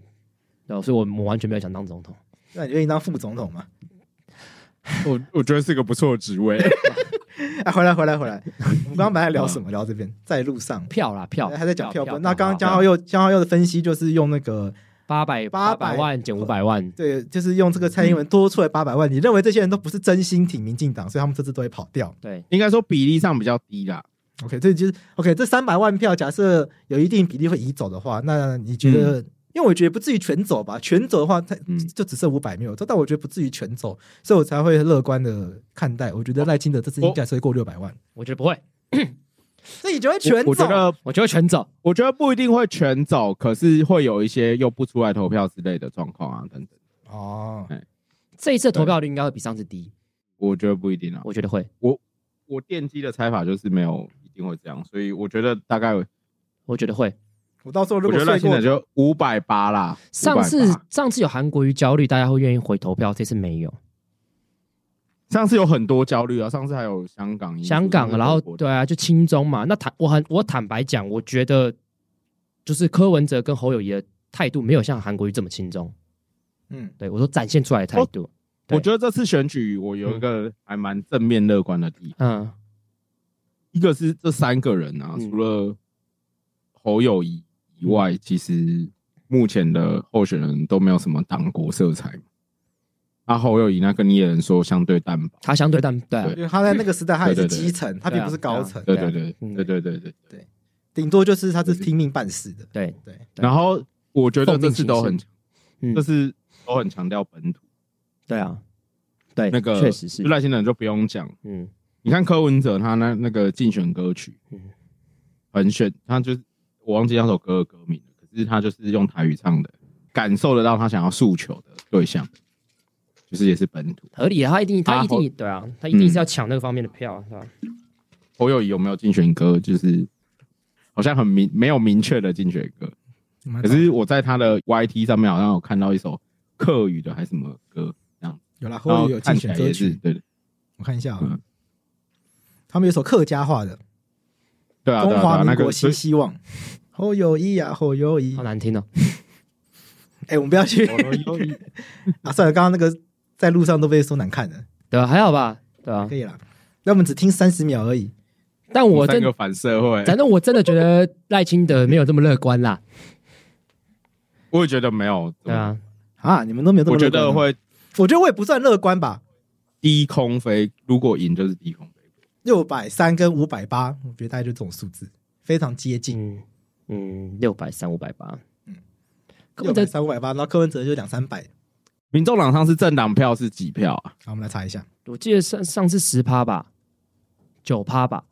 对，所以我我完全没有想当总统。
那你愿意当副总统 吗？
我我觉得是个不错的职 位，
哎，回来回来回来，我们刚刚本来聊什么？聊这 边在路上，
票啦，票
还在讲票本。那刚刚
讲
江浩佑江浩佑的分析就是用那个
八百
800
百万减五百万，
对，就是用这个蔡英文多出来八百万，你认为这些人都不是真心挺民进党，所以他们这次都会跑掉。
对
应该说比例上比较低啦，
OK，这就是 OK，这三百万票假设有一定比例会移走的话，那你觉得？因为我觉得不至于全走吧，全走的话，它
嗯
就只剩五百没有。但我觉得不至于全走，所以我才会乐观的看待。我觉
哦
得赖清德这次应该是会过六百万，
我觉得不会，
所以你觉得全
我觉
走？
得
我觉得全走。
我觉得不一定会全走，可是会有一些又不出来投票之类的状况啊等等。
哦，
这一次投票率应该会比上次低，
我觉得不一定啊，
我觉得会，
我电机的猜法就是没有一定会这样，所以我觉得大概我
我觉得会。
我到时候如
觉
果
得赖
睡
清
过
德，就五百八啦，
上次
580
上次有韩国瑜焦虑，大家会愿意回投票，这次没有。
上次有很多焦虑啊，上次还有香港因素
香港，然后对啊，就亲中嘛。那坦我很我坦白讲，我觉得就是柯文哲跟侯友谊的态度没有像韩国瑜这么亲中。
嗯，
对我说展现出来的态
哦
度，对
我觉得这次选举我有一个还蛮正面乐观的地方，
嗯
一个是这三个人啊，
嗯
除了侯友谊以外，其实目前的候选人都没有什么党国色彩嘛。啊，侯友谊那跟你也能说相对淡薄，
他相对但对啊
对
因为他在那个时代他也是
对对对
基层，他并不是高层，
对
对啊
对对
嗯
对对对对。
顶多就是他是听命办事的。
对，
对，
对
然后我觉得这次都很，
嗯
这次都很强调本土。
对啊，对，
那个
确实是
就，赖清德就不用讲，
嗯
你看柯文哲他那那个竞选歌曲
嗯，
很选，他就是我忘记那首歌的歌名了，可是他就是用台语唱的，感受得到他想要诉求的对象，就是也是本土。
合理啊，他一定他
啊
一定
侯
对啊，他一定
嗯
是要抢那个方面的票，是吧？
侯友谊有没有竞选歌？就是好像很明没有明确的竞选歌，可是我在他的 YT 上面好像有看到一首客语的还是什么歌，
有啦，
然
后
后
有竞
看起
选
来
歌
也是
曲，
对对
我看一下啊
嗯，
他们有首客家话的
对
《
啊，对
中
啊，对
华
啊，那
民
个
国新希望》。侯友谊啊，侯友谊
好，难听哦，
哎，我们不要去
所以
啊！算了，刚刚那个在路上都被说难看了，
对啊，还好吧，对啊
可。以啦。那我们只听三十秒而已。
但
我
我
们三
真
个反社会，
反正我真的觉得赖清德没有这么乐观啦，
我也觉得没有，
对啊，
啊，你们都没有这么
我觉
乐观吗
得，会
我觉得我也不算乐观吧，
低空飞，如果赢就是低空飞。
六百三跟五百八，我觉得大概就这种数字，非常接近。
嗯嗯，六百三五百八，嗯
嗯，
根
六
本在
百三五百八，然后柯文哲就两三百。
民众党上次政党票是几票啊？
好，我们来查一下，
我记得上上次十趴吧，九趴吧，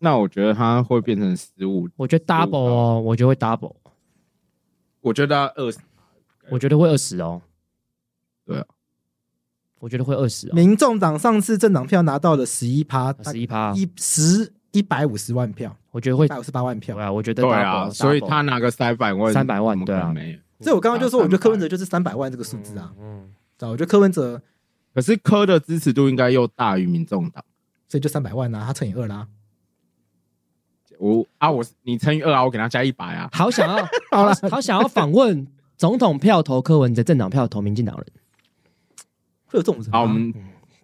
那我觉得它会变成十五，
我觉得 double 哦，我觉得会 double，
我觉得二十，
我觉得会二十哦。
对啊，
我觉得会二十哦，
民众党上次政党票拿到了十一趴，
十一趴，
一十一百五十万票，
我觉得会
一百五十八万票
对。啊，我觉得
对
double,
啊，所以
double
他拿个三百万，
300万
怎么可能没有。
所以我刚刚就说，
打
我觉得柯
300
文哲就是三百万这个数字啊。
嗯，
对啊，我觉得柯文哲，
可是柯的支持度应该又大于民众党。
所以就三百万啊，他乘以二啦。
我啊，我你乘以二啊，我给他加一百啊。
好想 要，好好想要访问总统票投柯文哲，政党票投民进党人，
会有这种人吗
好，我们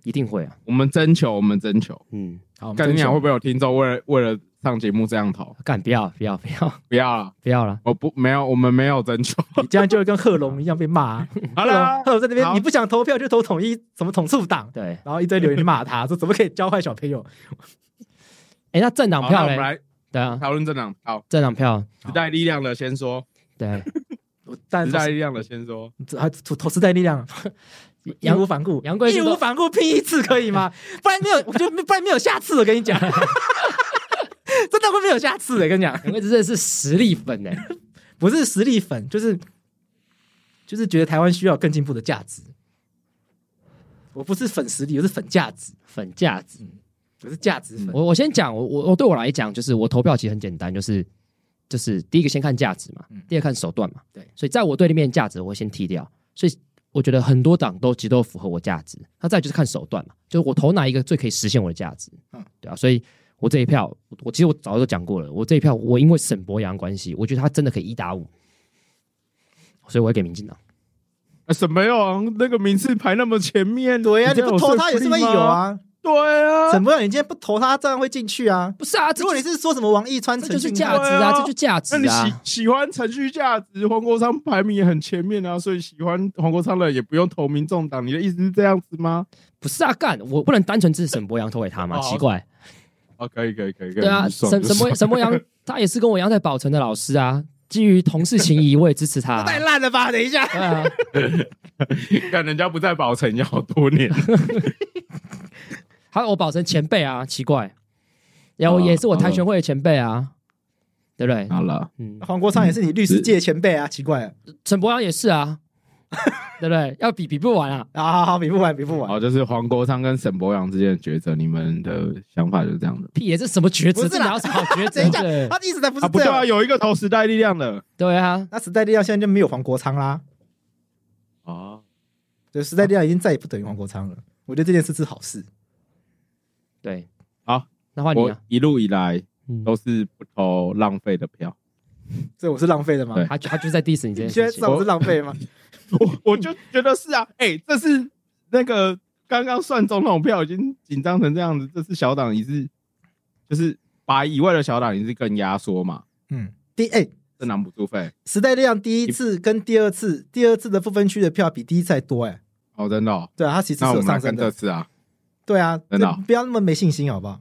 一定会啊，
我们征求，我们征求。
嗯，
好，我们
干你
征
俩
求
会不会有听众为了为了上节目这样投？
干不要不要不要
不要了，
不要了，
我不没有，我们没有征求。
你这样就会跟贺龙一样被骂、啊。
好
贺龙，
了，
贺龙在那边，
好
你不想投票就投统一什么统促党，
对，
然后一堆留言去骂 他，说怎么可以教坏小朋友？
哎，那政党
好，那
票
我们
嘞？
来
对啊，
讨论政党票。
政党票，
时代力量的先说，
对，
我但
时代力量的先说。
啊，投投时代力量，义
杨
无反顾，
杨贵妃
义
说
无反顾拼一次可以 吗？不然没有，我就不然没有下次。我跟你讲， 真的会没有下次的。跟你讲，
杨贵妃真的是实力粉哎，
不是实力粉，就是就是觉得台湾需要更进步的价值。我不是粉实力，我是粉价值，
粉价值。
我是价值粉。
嗯我我先讲，我我我对我来讲，就是我投票其实很简单，就是就是第一个先看价值嘛，第二看手段嘛，
对
所以在嗯我对立面价值，我会先剔掉，所以我觉得很多党都其实都符合我价值，那再就是看手段嘛，就是我投哪一个最可以实现我的价值，
嗯
对啊，所以我这一票，我我其实我早就讲过了，我这一票我因为沈博洋的关系，我觉得他真的可以一打五，所以我会给民进党，
啊沈培勇那个名次排那么前面，对
对呀，你不投他也是会有。啊。
对啊，
怎么样？你今天不投他，这样会进去啊？
不是啊，这
如果
就
你
是
是说什么王一川、
这
陈哦
就是
俊
价值
泰
对
啊，
啊
这就价值
那你喜
啊，
喜欢程序价值，黄国昌排名也很前面啊，所以喜欢黄国昌的也不用投民众党。你的意思是这样子吗？
不是啊，干我不能单纯支持沈博洋投给他吗？
哦
奇怪，
哦，可以可以可以，可以
对啊，
你爽
沈
就
沈博
爽
沈博阳， 他也是跟我一样在宝城的老师啊。基于同事情谊，我也支持 他、
太烂了吧？等一下，
对啊，
看人家不在宝城要好多年，
还有我宝城前辈啊，奇怪，然后
啊
也是我跆拳会的前辈啊，对不对？
好了，
嗯，
黄国昌也是你律师界前辈啊，奇怪
陈博阳也是啊，对不对？要 比比不完啊。
啊！好好好，比不完，比不完。
好，就是黄国昌跟沈博阳之间的抉择，你们的想法就是这样的。
屁也是什么抉择？
不
这
是啦
哪有什么好 抉
等一下
择的？
他一直在不
啊，
是
不
这
对啊，
样，
有一个投时代力量的
对啊，
那时代力量现在就没有黄国昌啦，
哦，
对，时代力量已经再也不等于黄国昌了。我觉得这件事是好事。
对，
好，
那换你
我
啊。
一路以来
嗯，
都是不投浪费的票，
所以我是浪费的吗？
对
他就他就在 diss 你这
你
件
现在
事
知
情
道。我是浪费吗？
我我就觉得是啊， 哎、这是那个刚刚算总统票已经紧张成这样子，这次小党也是，就是把以外的小党也是更压缩嘛，
嗯，第哎，
这南补助费
时代力量第一次跟第二次，第二次的不分区的票比第一次还多哎。
哦，真的、哦，
对啊，它其实是
那我
有
们来
上
看
升
这
的。
次啊，
对啊，
真的哦
不要那么没信心好不好？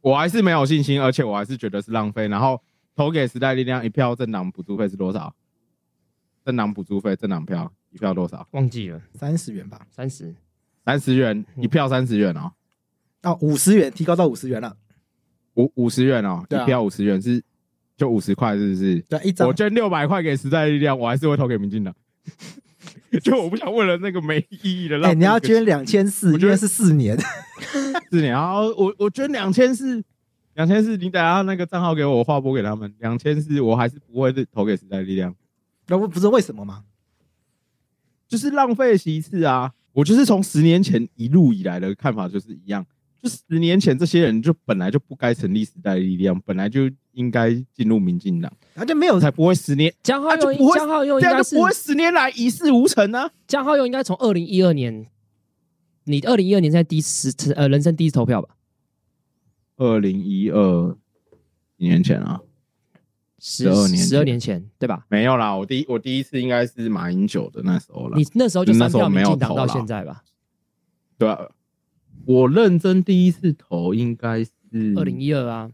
我还是没有信心，而且我还是觉得是浪费。然后投给时代力量一票政党补助费是多少？政党补助费政党票一票多少？
忘记了
三十元吧，
三十，
三十元
嗯
一票，三十元哦，
哦，五十元提高到五十元了。
五五十元哦，
对啊
一票五十元是就五十块，是不是？
对啊，一张
我捐六百块给时代力量，我还是会投给民进党。 就我不想为了那个没意义的浪
哎、
费一个。
你要捐两千四，
我
因
觉得
为是四年，
四年，然后我我捐两千四，两千四，你等下那个账号给我，我划拨给他们。两千四，我还是不会投给时代力量。
那我不知道为什么吗？
就是浪费其次啊。我就是从十年前一路以来的看法就是一样，就十年前这些人就本来就不该成立时代力量，本来就应该进入民进党，
然后就没有
才不会十年，
江浩
他就
用
不会
江浩用
这
哦应
样
该
就是不会十年来一事无成啊。
江浩用应该从二零一二年，你二零一二年在第十次呃人生第一次投票吧？
二零一二年前啊，
十
12年前
十二年前对吧？
没有啦，我第一我第一次应该是马英九的那时候啦
你。那时候就
那
三
时候
票
没
民
有
进党
投
到
啦
现在吧？
对、啊，我认真第一次投应该是
二零一二啊，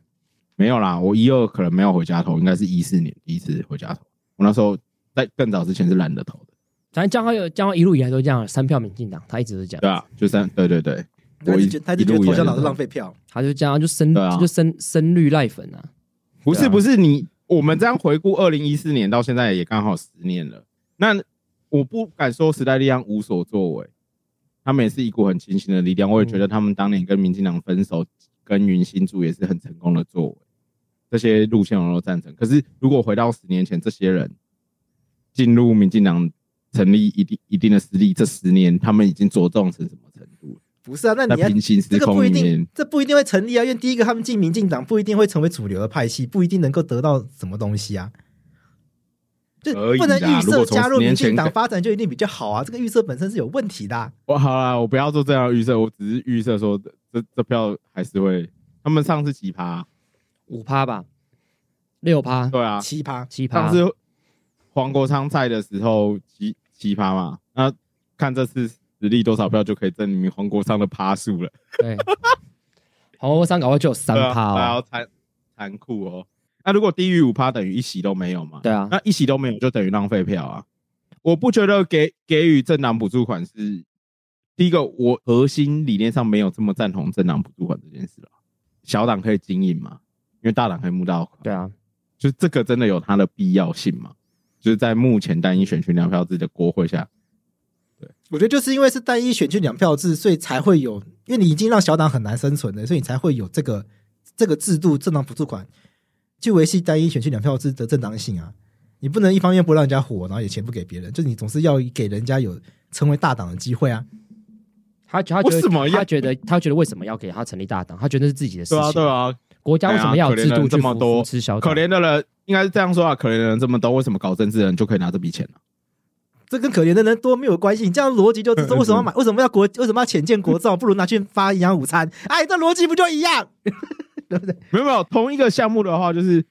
没有啦，我一二可能没有回家投，应该是一四年第一次回家投。我那时候在更早之前是懒得投的，
反正江浩有江浩一路以来都这样，三票民进党，他一直都是这样，
对啊，就三对对对，
他
我
就
一
觉得他就
一
觉
路
得
以
投
来
降老是
都
浪费票，
他就这样就深
对啊
就深深绿赖粉啊，
不是
对啊
不是你，我们这样回顾二零一四年到现在也刚好十年了，那我不敢说时代力量无所作为，他们也是一股很清醒的力量，我也觉得他们当年跟民进党分手，跟云新柱也是很成功的作为，这些路线我都赞成。可是如果回到十年前，这些人进入民进党成立一定一定的实力，这十年他们已经茁壮成什么程度了？
不是啊？那
在
你要
平行
这
时
个不
空
一
里
定
面，，
这不一定会成立啊，因为第一个他们进民进党不一定会成为主流的派系，不一定能够得到什么东西啊。就
可以
不能
啦
预
如
设
果从
加入
10
民
年前
进党
看
发展就一定比较好啊，这个预设本身是有问题的啊、
我好啦，我不要做这样的预设，我只是预设说这这这票还是会。他们上次几趴、
五趴吧，六趴、
对啊，
奇葩，
七趴
上，次黄国昌在的时候七七趴嘛，那看这次实力多少票就可以证明黄国昌的趴数了。
对，黄国昌搞快就有三
对啊
趴
大家
哦，
要残残酷哦。那如果低于五趴，等于一席都没有嘛？
对啊，
那一席都没有，就等于浪费票啊！我不觉得给给予政党补助款是第一个，我核心理念上没有这么赞同政党补助款这件事了。小党可以经营嘛，因为大党可以募到款，
对啊，
就是这个真的有它的必要性嘛？就是在目前单一选区两票制的国会下，
我觉得就是因为是单一选区两票制，所以才会有，因为你已经让小党很难生存了，所以你才会有这个这个制度政党补助款去维系单一选区两票制的正当性啊。你不能一方面不让人家火，然后也钱不给别人，就是你总是要给人家有成为大党的机会啊。
他他觉
为什么
得
要
他觉得他觉得为什么要给他成立大党？他觉得是自己的事
对啊
情，
对啊，
国家为什么要有制
哎呀可怜
度
人
去
这么
扶
多
扶持小党
可？怜的人应该是这样说啊，可怜的人这么多，为什么搞政治的人就可以拿这笔钱呢、啊
这跟可怜的人多没有关系，你这样逻辑
嗯
就是说为什么要买，为什么要国，为什么要浅见国造，不 如拿去发营养午餐？哎，这逻辑不就一样？
没有没有，同一个项目的话，就是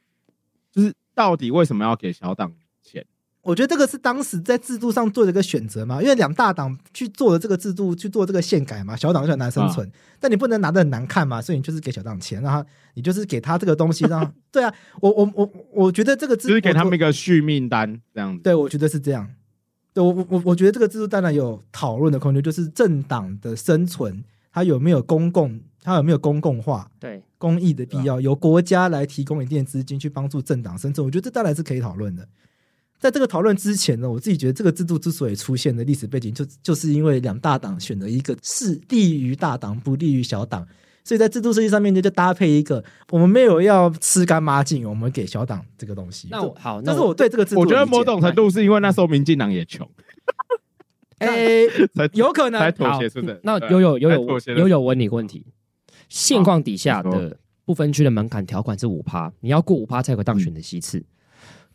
就是到底为什么要给小党钱？
我觉得这个是当时在制度上做的一个选择嘛，因为两大党去做了这个制度，去做这个宪改嘛，小党就很难生
啊
存，但你不能拿的很难看嘛，所以你就是给小党钱，让他，你就是给他这个东西，让他 对啊，我我我我觉得这个制度
就是给他们一个续命单这样子。
对，我觉得是这样。对我我我我觉得这个制度当然有讨论的空间，就是政党的生存，它有没有公共，它有没有公共化、
对，
公益的必要，由国家来提供一定的资金去帮助政党生存，我觉得这当然是可以讨论的。在这个讨论之前呢，我自己觉得这个制度之所以出现的历史背景就，就是因为两大党选择一个是利于大党，不利于小党，所以在制度设计上面呢就搭配一个，我们没有要吃干抹净，我们给小党这个东西。
那我好，
这
那
这是我对这个制度
我
的
觉得
理解
某种程度是因为那时候民进党也穷，
哎，
才
有可能
才妥
好
协是的。
那
对啊
有有有
才妥
有
协了
有有问你个问题，现况底下
好
的不分区的门槛条款是五趴，你要过五趴才有个当选
嗯
的席次。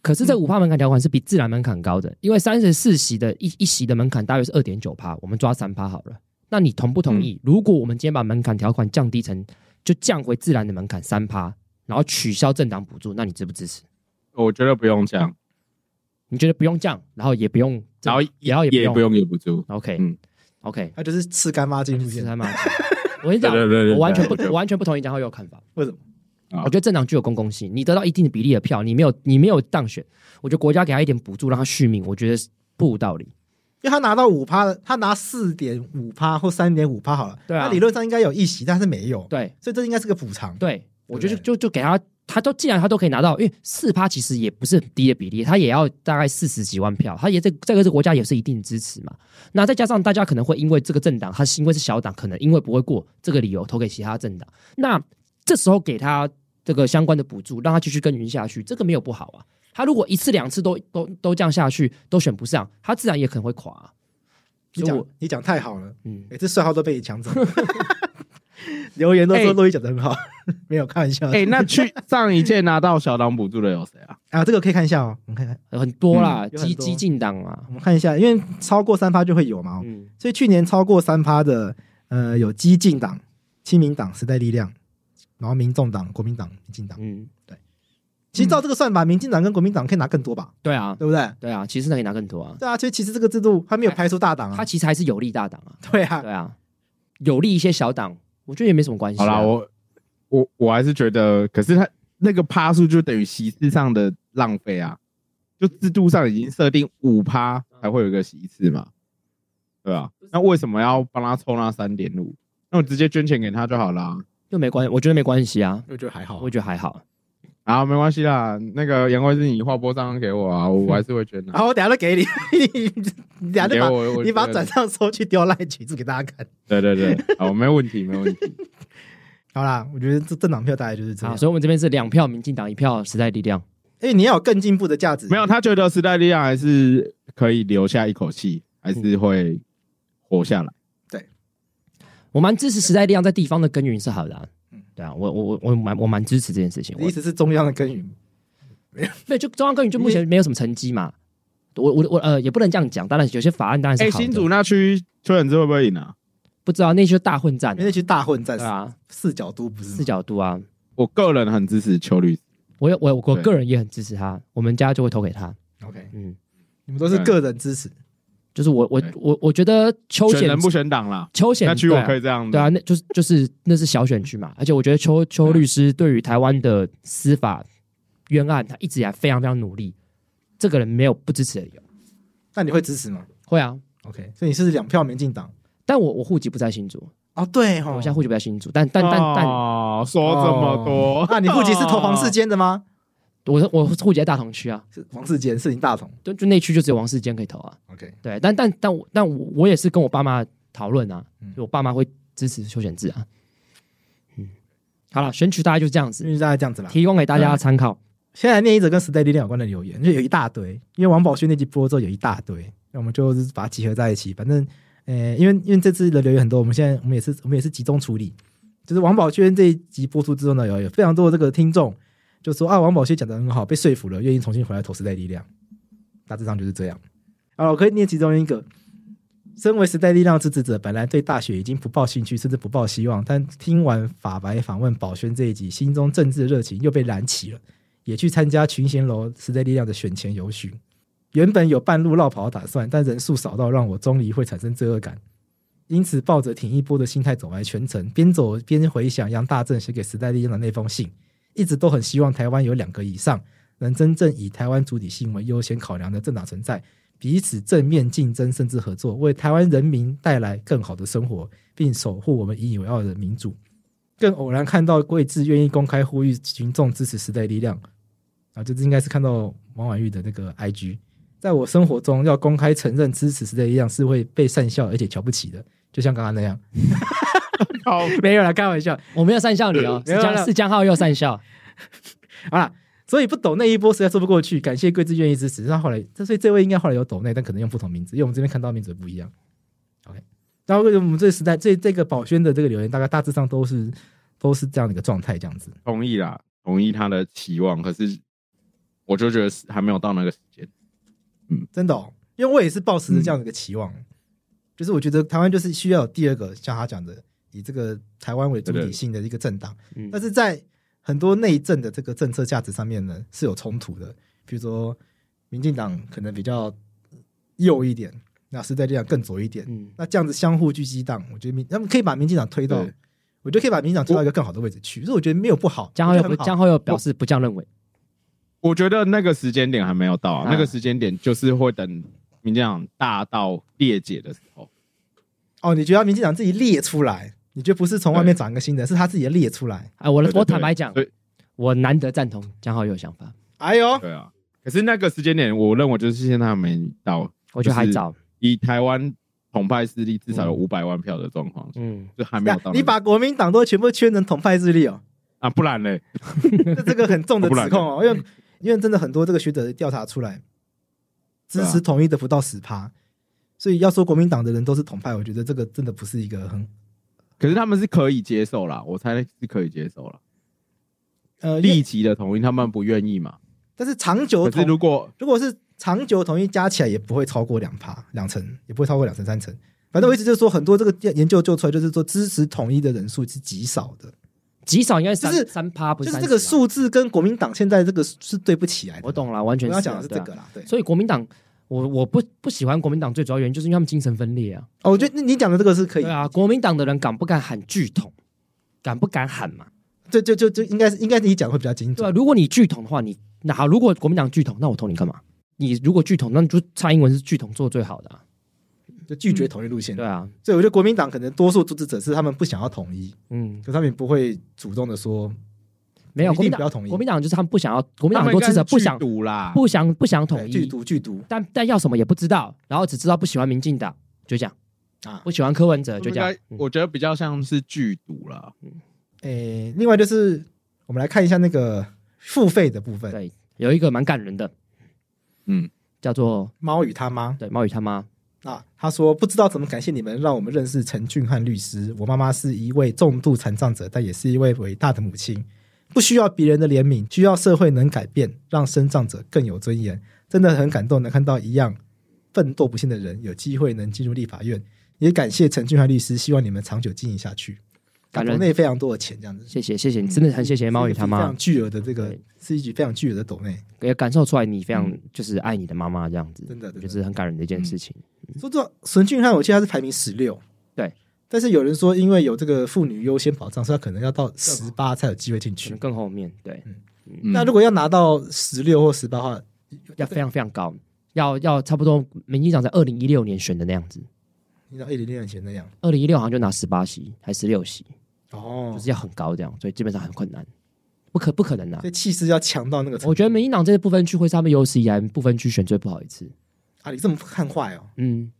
可是这五趴门槛条款是比自然门槛高的，因为三十四席的一一席的门槛大约是二点九趴，我们抓三趴好了。那你同不同
嗯
意？如果我们今天把门槛条款降低成，就降回自然的门槛三趴，然后取消政党补助，那你支不支持？
我觉得不用这样，
你觉得不用降，然后也不用，
然后
也要也
也
不
不
用
用也不住。
，OK
嗯
OK，
他就是吃干妈进去
是
见
他妈的！ 我跟你讲，
对对对对
我完全不
对，对
我完全不同意张浩佑的看法。
为什么？
啊
我觉得政党具有公共性，你得到一定的比例的票，你没有你没有当选，我觉得国家给他一点补助让他续命，我觉得是不无道理。
因为他拿到五趴，他拿四点五趴或三点五趴好了，
对啊
他理论上应该有一席，但是没有，
对
所以这应该是个补偿。
对，我觉得就
对
就就给他，他都既然他都可以拿到，因为四趴其实也不是很低的比例，他也要大概四十几万票，他也这这个这个国家也是一定的支持嘛。那再加上大家可能会因为这个政党，他是因为是小党，可能因为不会过这个理由投给其他政党，那这时候给他这个相关的补助，让他继续耕耘下去，这个没有不好啊。他如果一次两次都都都这样下去，都选不上，他自然也可能会垮、啊。
你
所以
讲
我，
你讲太好了，
嗯，
每次帅号都被你 抢走。留言都
哎
说洛伊讲的很好， 没有开玩笑
哎， 那去上一届拿到小党补助的有谁啊？
啊。这个可以看一下哦，我们看看，
很多啦，
嗯
激
有很多
激进党啊
我，们看一下，因为超过三趴就会有嘛。哦
嗯，
所以去年超过三趴的，呃，有激进党、亲民党、时代力量，然后民众党、国民党、民进党。
嗯，
其实照这个算法，民进党跟国民党可以拿更多吧，
对啊，
对不对？
对啊，其实那可以拿更多啊。
对啊，所以其实这个制度它没有排除大
嗯
党啊
哎他。其实还是有利大党啊，
对啊，
对啊，有利一些小党，我觉得也没什么关系、
好
啊。
啦，我我我还是觉得，可是他那个趴数就等于席次上的浪费啊，就制度上已经设定五趴才会有一个席次嘛，对吧、那为什么要帮他抽那三点五？那我直接捐钱给他就好啦。
又没关系，我觉得没关系啊，
我觉得还好
我觉得还好。
啊，没关系啦，那个杨贵是你划拨账号给我啊， 我还是会 捐的、
然后我等下就给你，你你等下就
给
把
我，我
你把
觉得
转账收去丢赖群组给大家看。
对对对，好，没问题，没问题。
好啦，我觉得这政党票大概就是这
啊，
样。
所以我们这边是两票民进党，一票时代力量。
因为你要有更进步的价值，
没有，他觉得时代力量还是可以留下一口气，还是会活下来。
我蛮支持时代力量在地方的耕耘是好的、啊
嗯。
对啊，我我我我蛮我蛮支持这件事情。
你的
我
意思是中央的耕耘。
对，就中央耕耘就目前没有什么成绩嘛。我我我呃也不能这样讲，当然有些法案当然
哎、
是好的。
新竹那区邱远志会不会赢啊？
不知道那就是大混战啊、
因为那群大混
对
战，
啊，
四角都不是
四
吗
角度啊，
我个人很支持邱律师，
我有我我
对
个人也很支持他，我们家就会投给他。
OK，
嗯，
你们都是个人支持，
就是我我
对
我我觉得邱
选
显
人不选党啦。
邱显
那区
对
我
啊
可以这样子
对啊，那就是就是那是小选区嘛，而且我觉得邱
啊
邱律师对于台湾的司法冤案，他一直以来非常非常努力，这个人没有不支持的理由。
那你会支持吗
会啊，
？OK，所以你是两票民进党
但我我户籍不在新竹，
哦，对哦，
我现在户籍不在新竹，但但但但
哦，说这么多，
哦 那你户籍是投黄
哦
世坚的吗？
我我户籍在大同区啊，
是黄世坚，是你大同。
就就那区就只有王世坚可以投啊。
OK，
对，但但但我但我我也是跟我爸妈讨论啊，
嗯
就我爸妈会支持邱显志啊。嗯，好了，选举大概就这样
因
子，
为大概这样子啦。
提供给大
嗯
家参考。
现在念一则跟时代力量有关的留言，就有一大堆。因为王宝勋那集播之后有一大堆，那我们就是把它集合在一起。反正，呃，因为因为这次的留言很多，我们现在我们也是我们也是集中处理。就是王宝轩这一集播出之后呢，有有非常多的这个听众就说啊，王宝轩讲的很好，被说服了，愿意重新回来投时代力量。大致上就是这样。啊，我可以念其中一个。身为时代力量支持者，本来对大学已经不抱兴趣，甚至不抱希望，但听完法白访问宝轩这一集，心中政治热情又被燃起了。也去参加群贤楼时代力量的选前游巡。原本有半路绕跑的打算，但人数少到让我终于会产生罪恶感，因此抱着挺一波的心态走完全程，边走边回想杨大正写给时代力量的那封信，一直都很希望台湾有两个以上能真正以台湾主体性为优先考量的政党存在，彼此正面竞争甚至合作，为台湾人民带来更好的生活，并守护我们引以为傲的民主。更偶然看到桂智愿意公开呼吁群众支持时代力量，啊，这应该是看到王婉玉的那个 IG。在我生活中，要公开承认支持时代力量是会被讪笑而且瞧不起的，就像刚刚那样。
好，
没有啦，开玩笑。
我没有善笑你哦，
没
是
有
江是江浩又善笑，
好啦，所以不抖那一波实在说不过去，感谢桂枝愿意支持。那后来，这所以这位应该后来有抖内，但可能用不同名字，因为我们这边看到名字不一样。OK，然后我们这时代这这个宝轩的这个留言，大概大致上都是都是这样的一个状态，这样子。
同意啦，同意他的期望，可是我就觉得是还没有到那个时间。
真的、哦，因为我也是抱持着这样的一个期
嗯
望，就是我觉得台湾就是需要有第二个像他讲的以这个台湾为主体性的一个政党，
嗯
但是在很多内政的这个政策价值上面呢是有冲突的，比如说民进党可能比较右一点，那时代力量更左一点，
嗯，
那这样子相互聚激荡，我觉得民他们可以把民进党推到
对，
我觉得可以把民进党推到一个更好的位置去，所以我觉得没有不好，
江
我
浩
觉
又
得
不
很好
江浩又表示不这样认为，
我觉得那个时间点还没有到、啊，
啊
那个时间点就是会等民进党大到裂解的时候。
哦，你觉得民进党自己列出来？你觉得不是从外面找一个新人，是他自己列出来？
哎，我
对对对
我坦白讲
所以，
我难得赞同江浩又的想法，
哎呦，
对啊，可是那个时间点，我认为就是现在还没到。
我觉得还
就是
早，
以台湾统派势力至少有
嗯
五百万票的状况，
嗯，
就还没有到那个。
你把国民党都全部圈成统派势力 哦，
啊，不然嘞，
这这个很重的指控哦，因为因为真的很多这个学者调查出来，支持统一的不到十趴，所以要说国民党的人都是统派，我觉得这个真的不是一个很
可是他们是可以接受啦，我猜是可以接受啦。
呃因为
立即的同意，他们不愿意嘛。
但是长久
可是
统
如果
如果是长久统一加起来也不会超过两趴两成，也不会超过两成三成。反正我一直就是说，很多这个研究做出来，就是说支持统一的人数是极少的，
极少应该
就是
三三趴，不
就是是
30
这个
啊，
数字跟国民党现在这个是对不起来的。
我，懂了，完全是
我要
啊
讲的是这。
对
个
啊
啦，对。
所以国民党，我我不不喜欢国民党最主要原因就是因为他们精神分裂啊，
哦，我觉得你讲的这个是可以
对，啊，国民党的人敢不敢喊巨统，敢不敢喊嘛？
就就就就应该是应该你讲会比较精
对啊，
准。
如果你巨统的话，你那好，如果国民党巨统，那我投你干嘛？你如果巨统，那你就蔡英文是巨统做得最好的、啊，
就拒绝统一路线。
对啊，
所以我觉得国民党可能多数支持者是他们不想要统一，
嗯，
可他们也不会主动的说，
没有
一
国民
定不要
党，
统一，
国民党就是他们不想要，国民
他
党很
们
多支持者不想
应该是剧毒啦，
不想不想统
啊对剧
一，
毒剧毒
但但要什么也不知道，然后只知道不喜欢民进党，就这样，
啊。
不喜欢柯文哲，
他
就
们
这
应
样嗯
该。我觉得比较像是剧毒啦。
诶，另外就是我们来看一下那个付费的部
嗯
分，
对，有一个蛮感人的，
嗯，
叫做
猫与他妈
对猫与他妈，
啊，他说不知道怎么感谢你们，让我们认识陈俊汉律师。我妈妈是一位重度残障者，但也是一位伟大的母亲，不需要别人的怜悯，需要社会能改变，让身障者更有尊严。真的很感动，能看到一样奋斗不懈的人有机会能进入立法院。也感谢陈俊汉律师，希望你们长久经营下去。
感
国
人，
内非常多的钱，这样子。
谢谢谢谢，你真的很谢谢猫与他
是一个非
妈
常，巨额的这个
对
是一笔非常巨额的抖内。
也感受出来你非常就是爱你的妈妈这样子，
嗯真的真嗯
就
的
是很感人的一件事情。
说这孙俊汉，我记得他是排名十六，
对。
但是有人说，因为有这个妇女优先保障，所以他可能要到十八才有机会进
可
去
能。更后面对，
嗯
那如果要拿到十六或十八的话，
要非常非常高，要要差不多民进党在二零一六年选的那样子，
你到一零六年前那样。
二零一六好像就拿十八席还十六席，
哦
就是要很高这样，所以基本上很困难，不可不可能的、啊
所。以气势要强到那个程度。
我觉得民进党这部分区会是他们有史以来部分区选最不好一次。
啊，你这么看坏哦。
嗯，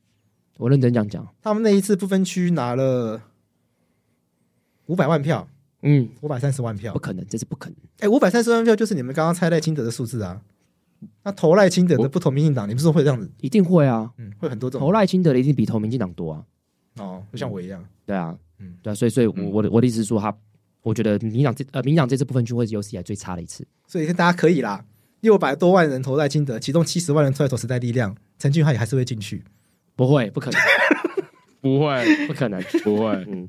我认真讲讲，
他们那一次不分区拿了五百万票，
嗯，
五百三十万票
不。可能，这是不可能。
哎，五百三十万票就是你们刚刚猜赖清德的数字啊。那投赖清德的不投民进党，你不是说会这样子？
一定会啊，
嗯，会很多这种
投赖清德的一定比投民进党多啊，
哦，就像我一样。
对啊，
嗯
对啊，所以所以我
嗯
我的我的意思是说他，我觉得民进党这呃民进党这次部分区会是有史以来最差的一次，
所以大家可以啦，六百多万人投赖清德，其中七十万人出来投时代力量，陈俊翰也还是会进去。
不会，不可能，
不会，
不可能，，
不会
嗯。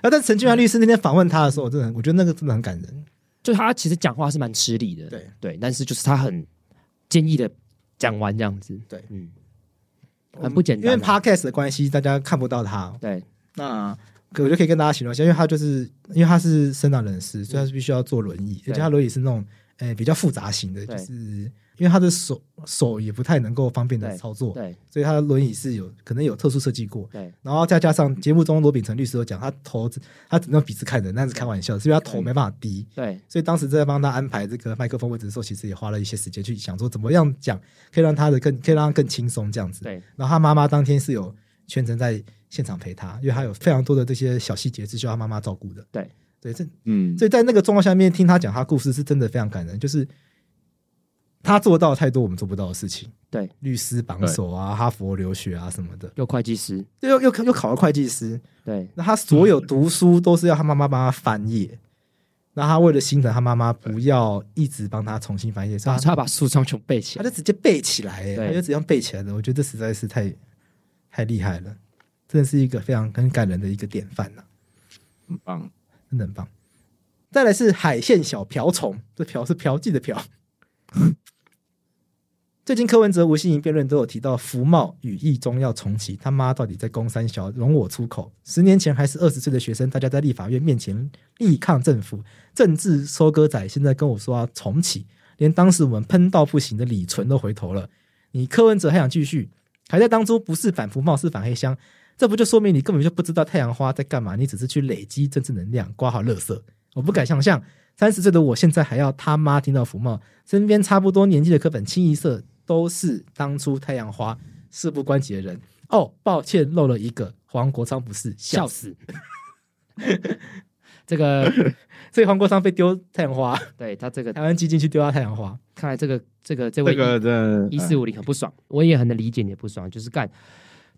啊，但陈俊翰律师那天访问他的时候，我真的很我觉得那个真的很感人。
就他其实讲话是蛮吃力的，
对
对，但是就是他很坚毅的讲完这样子。
对，
嗯，很不简单啊
因为 podcast 的关系，大家看不到他。
对，
那可我就可以跟大家形容一下，因为他就是因为他是生长人
嗯
士，所以他是必须要坐轮椅，而且他轮椅是那种呃比较复杂型的，
对
就是因为他的手手也不太能够方便的操作，
对，
所以他的轮椅是有可能有特殊设计过。
对，
然后再加上节目中罗秉成律师有讲，他头只他只能用鼻子看人，那是开玩笑，是因为他头没办法低。
对，
所以当时在帮他安排这个麦克风位置的时候，其实也花了一些时间去想说怎么样讲可以让他的更可以让他更轻松这样子。
对，
然后他妈妈当天是有全程在现场陪他，因为他有非常多的这些小细节是需要他妈妈照顾的。
对，
对，这
嗯，
所以在那个状况下面听他讲他故事是真的非常感人，就是他做到了太多我们做不到的事情。
对，
律师榜
对
首啊，哈佛留学啊什么的，
又会计师，
又又又考了会计师，
对，
那他所有读书都是要他妈妈帮他翻页。那他为了心疼他妈妈，不要一直帮他重新翻页，所以
然
他
后他把诉状全部背起
他
来
就。直接背起来、欸，
啊对
他就直接背起来的。我觉得这实在是太太厉害了，真的是一个非常很感人的一个典范呐、啊
很棒。
真的很棒。再来是海线小瓢虫，这瓢是 嫖妓的嫖。最近柯文哲、吴欣盈辩论都有提到服贸与意中要重启，他妈到底在攻三小，容我出口。十年前还是二十岁的学生，大家在立法院面前力抗政府，政治收割仔，现在跟我说要重启，连当时我们喷到不行的李纯都回头了。你柯文哲还想继续，还在当初不是反服贸是反黑箱，这不就说明你根本就不知道太阳花在干嘛？你只是去累积政治能量，刮好乐色。我不敢想象，三十岁的我现在还要他妈听到福茂，身边差不多年纪的课本清一色都是当初太阳花事不关己的人。哦，抱歉，漏了一个黄国昌，不是
笑
笑死。
死。 这个
所以黄国昌被丢太阳花，
对他这个
台湾基金去丢他太阳花。
看来这个这个这位
这个哎的
一四五零很不爽，我也很能理解你的不爽，就是干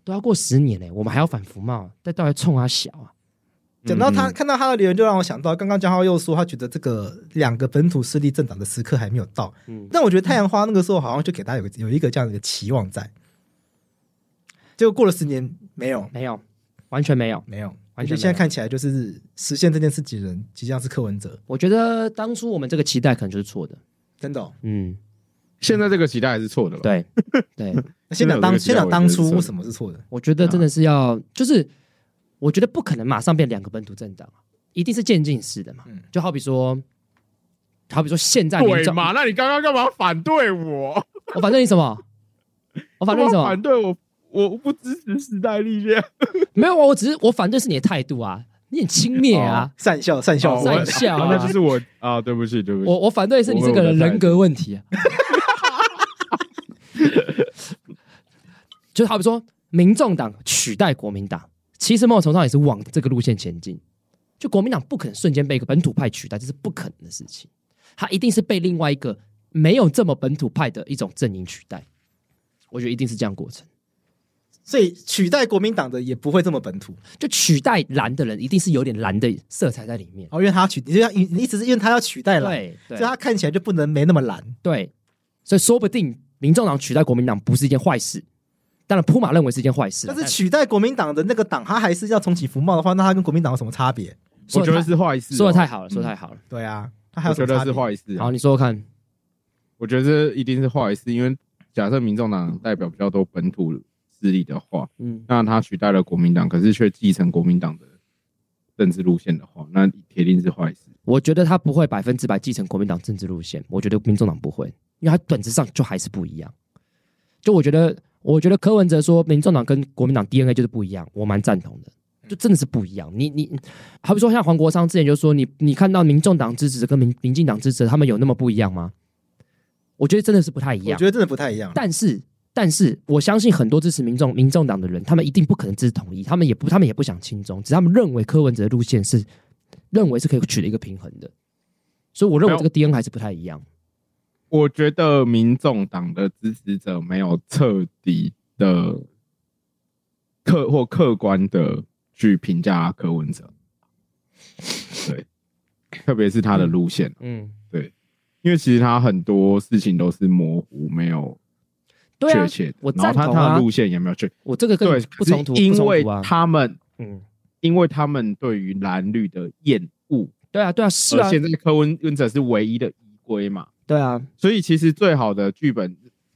都要过十年嘞、我们还要反服贸，但到底冲啊小啊，
讲到他，
嗯
看到他的留言，就让我想到刚刚江浩又说，他觉得这个两个本土势力政党的时刻还没有到。
嗯，
但我觉得太阳花那个时候好像就给大家有个有一个这样的一个期望在，结果过了十年没有
没有，完全没有。
没有，我
完全
觉得现在看起来就是实现这件事情的人即将是柯文哲，
我觉得当初我们这个期待可能就是错的，
真的、哦。
嗯，
现在这个期待还是错的了。
对对，
那先讲
真的有这
当
个期
先
待
讲当初
我觉得是
为什么是错的？
我觉得真的是要，就是我觉得不可能马上变两个本土政党，啊一定是渐进式的嘛，
嗯
就好比说，好比说现在民
对
众，
嘛？那你刚刚干嘛反对我？
我反对你什么？我反对你什
干嘛
么？
反对我，我不支持时代力量。
没有啊，我只是我反对是你的态度啊，你很轻蔑啊，
善笑善笑
哦
善
我
笑，
笑啊
那就是我啊，对不起，对不起。
我我反对是你这个人人格问题啊。 就好比说，民众党取代国民党，其实某种程度上也是往这个路线前进。就国民党不可能瞬间被一个本土派取代，这是不可能的事情。他一定是被另外一个没有这么本土派的一种阵营取代。我觉得一定是这样过程。
所以取代国民党的也不会这么本土
就取代蓝的人，一定是有点蓝的色彩在里面。
哦，因为他要取，你就要你你意思是因为他要取代蓝，
对
所以他看起来就不能没那么蓝。
对，所以说不定民众党取代国民党不是一件坏事。当然，普马认为是一件坏事啊，
但是取代国民党的那个党，他还是要重启服贸的话，那他跟国民党有什么差别？
说
我
得
觉得
太
是坏事哦。嗯
说的太好了，说的太好了。
对啊，他还
我
有什
觉
么
得
差
是
别？
坏事啊。
好，你说说看。
我觉得这一定是坏事，因为假设民众党代表比较多本土势力的话，
嗯，
那他取代了国民党，可是却继承国民党的政治路线的话，那铁定是坏事。
我觉得他不会百分之百继承国民党政治路线，我觉得民众党不会，因为他本质上就还是不一样。就我觉得，我觉得柯文哲说民众党跟国民党 DNA 就是不一样，我蛮赞同的。就真的是不一样，你你，好比说像黄国昌之前就说你你看到民众党支持者跟民民进党支持者他们有那么不一样吗？我觉得真的是不太一
我
样
觉。得真的不太一样。
但是，但是我相信很多支持民众、民众党的人，他们一定不可能支持统一，他们也不，他们也不想亲中，只是他们认为柯文哲的路线是认为是可以取得一个平衡的，所以我认
没
为
有
这个 DN 还是不太一样。
我觉得民众党的支持者没有彻底的客或客观的去评价柯文哲，对，特别是他的路线，
嗯，
因为其实他很多事情都是模糊，没有
对啊
确，切的，
我
然
赞
后他
同
他
啊
的路线也没有确，
我这个跟
对
你，不冲突，
可是
不
因
冲
为
突啊。
他们，
嗯，
因为他们对于蓝绿的厌恶，
对啊，对啊，是啊
而，现在柯文文哲是唯一的依归嘛，
对啊，
所以其实最好的剧本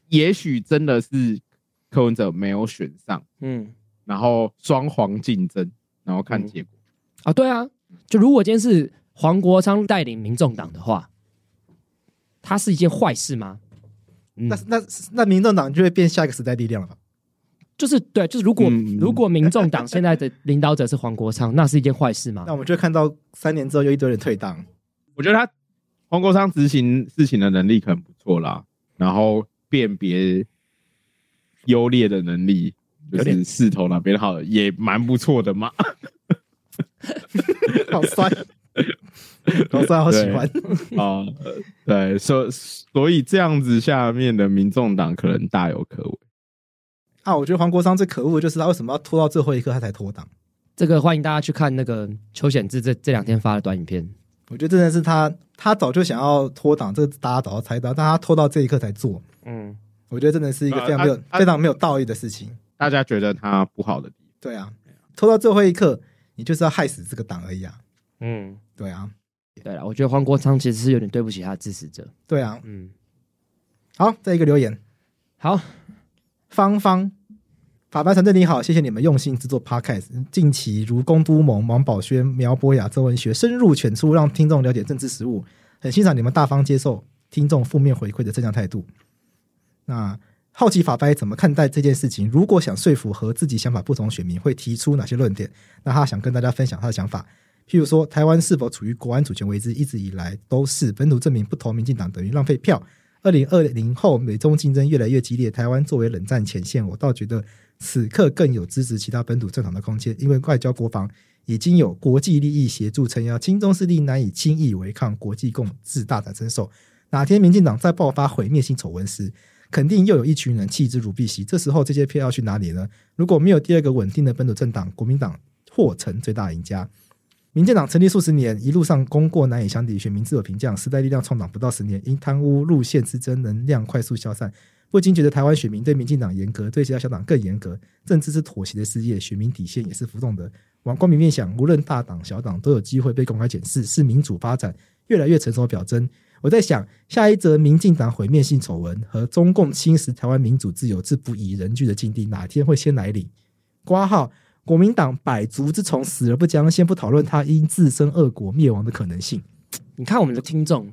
也许真的是柯文哲没有选上，
嗯，
然后双黄竞争，然后看
嗯
结果。
啊，对啊，就如果今天是黄国昌带领民众党的话，他是一件坏事吗？嗯
那那那民众党就会变下一个时代力量了吧？
就是对，就是如果、
嗯
如果民众党现在的领导者是黄国昌，那是一件坏事吗
那？我们就会看到三年之后又一堆人退党，
我觉得他黄国昌执行事情的能力可能不错啦，然后辨别优劣的能力，就
有点
是势头哪边好也蛮不错 的嘛。
好 酸，好酸，好喜欢。
啊、对，所所以这样子下面的民众党可能大有可为。
啊，我觉得黄国昌最可恶的就是他为什么要拖到最后一刻他才脱党？
这个欢迎大家去看那个邱显志这这两天发的短影片，
我觉得真的是他，他早就想要脱党，这个大家早就猜到，但他拖到这一刻才做，
嗯，
我觉得真的是一个非常没有、
啊他他
非常没有道义的事情。
大家觉得他不好的地方，
对啊，拖到最后一刻，你就是要害死这个党而已啊。
嗯，
对啊，
对了，我觉得黄国昌其实是有点对不起他的支持者。
对啊。
嗯，
好，再一个留言，
好，
芳芳，法白团队你好，谢谢你们用心制作 podcast。近期如公都盟、王宝轩、苗博雅、周文学深入浅出，让听众了解政治实务，很欣赏你们大方接受听众负面回馈的正向态度。那好奇法白怎么看待这件事情？如果想说服和自己想法不同的选民，会提出哪些论点？那他想跟大家分享他的想法。譬如说，台湾是否处于国安主权为之，一直以来都是本土证明不投民进党等于浪费票，二零二零后，美中竞争越来越激烈，台湾作为冷战前线，我倒觉得此刻更有支持其他本土政党的空间，因为外交国防已经有国际利益协助撑腰，亲中势力难以轻易违抗国际共治大展身手。哪天民进党再爆发毁灭性丑闻时，肯定又有一群人弃之如敝屣。这时候这些票要去哪里呢？如果没有第二个稳定的本土政党，国民党或成最大赢家。民进党成立数十年，一路上功过难以相抵，选民自有评价。时代力量创党不到十年，因贪污路线之争，能量快速消散。不禁觉得台湾选民对民进党严格，对其他小党更严格。政治是妥协的事业，选民底线也是浮动的。往光明面想，无论大党小党都有机会被公开检视，是民主发展越来越成熟的表征。我在想，下一则民进党毁灭性丑闻和中共侵蚀台湾民主自由、这不以人惧的境地，哪天会先来临？挂号国民党百足之虫死而不僵，先不讨论他因自身恶果灭亡的可能性。
你看我们的听众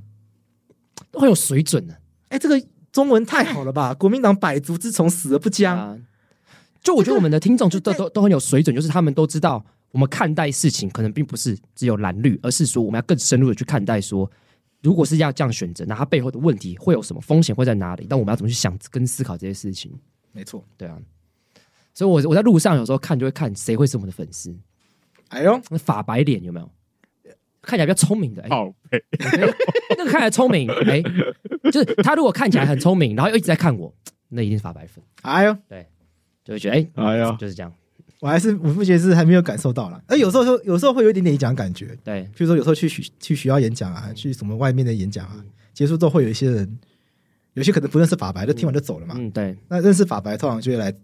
都很有水准啊呢、
哎，这个中文太好 了吧！国民党百足之虫死而不僵，
啊。就我觉得我们的听众就都都都很有水准，就是他们都知道我们看待事情可能并不是只有蓝绿，而是说我们要更深入的去看待说，如果是要这样选择，那它背后的问题会有什么风险会在哪里？但我们要怎么去想跟思考这些事情？
没错。
对啊，所以我我在路上有时候看就会看谁会是我们的粉丝，
哎呦，
那法白脸有没有？看起来比较聪明的，哎、
好配
那个看起来聪明，哎、就是他如果看起来很聪明，然后又一直在看我，那一定是法白粉，
哎呦，
就会觉得哎、
哎呀，
就是这样，
我还是我目前是还没有感受到了。哎，有时候说有时候会有一点点演讲感觉，
对，
譬如说有时候去学去学校演讲啊，去什么外面的演讲啊，结束之后会有一些人，有些可能不认识法白，就听完就走了嘛。
嗯，对，
那认识法白，通常就会来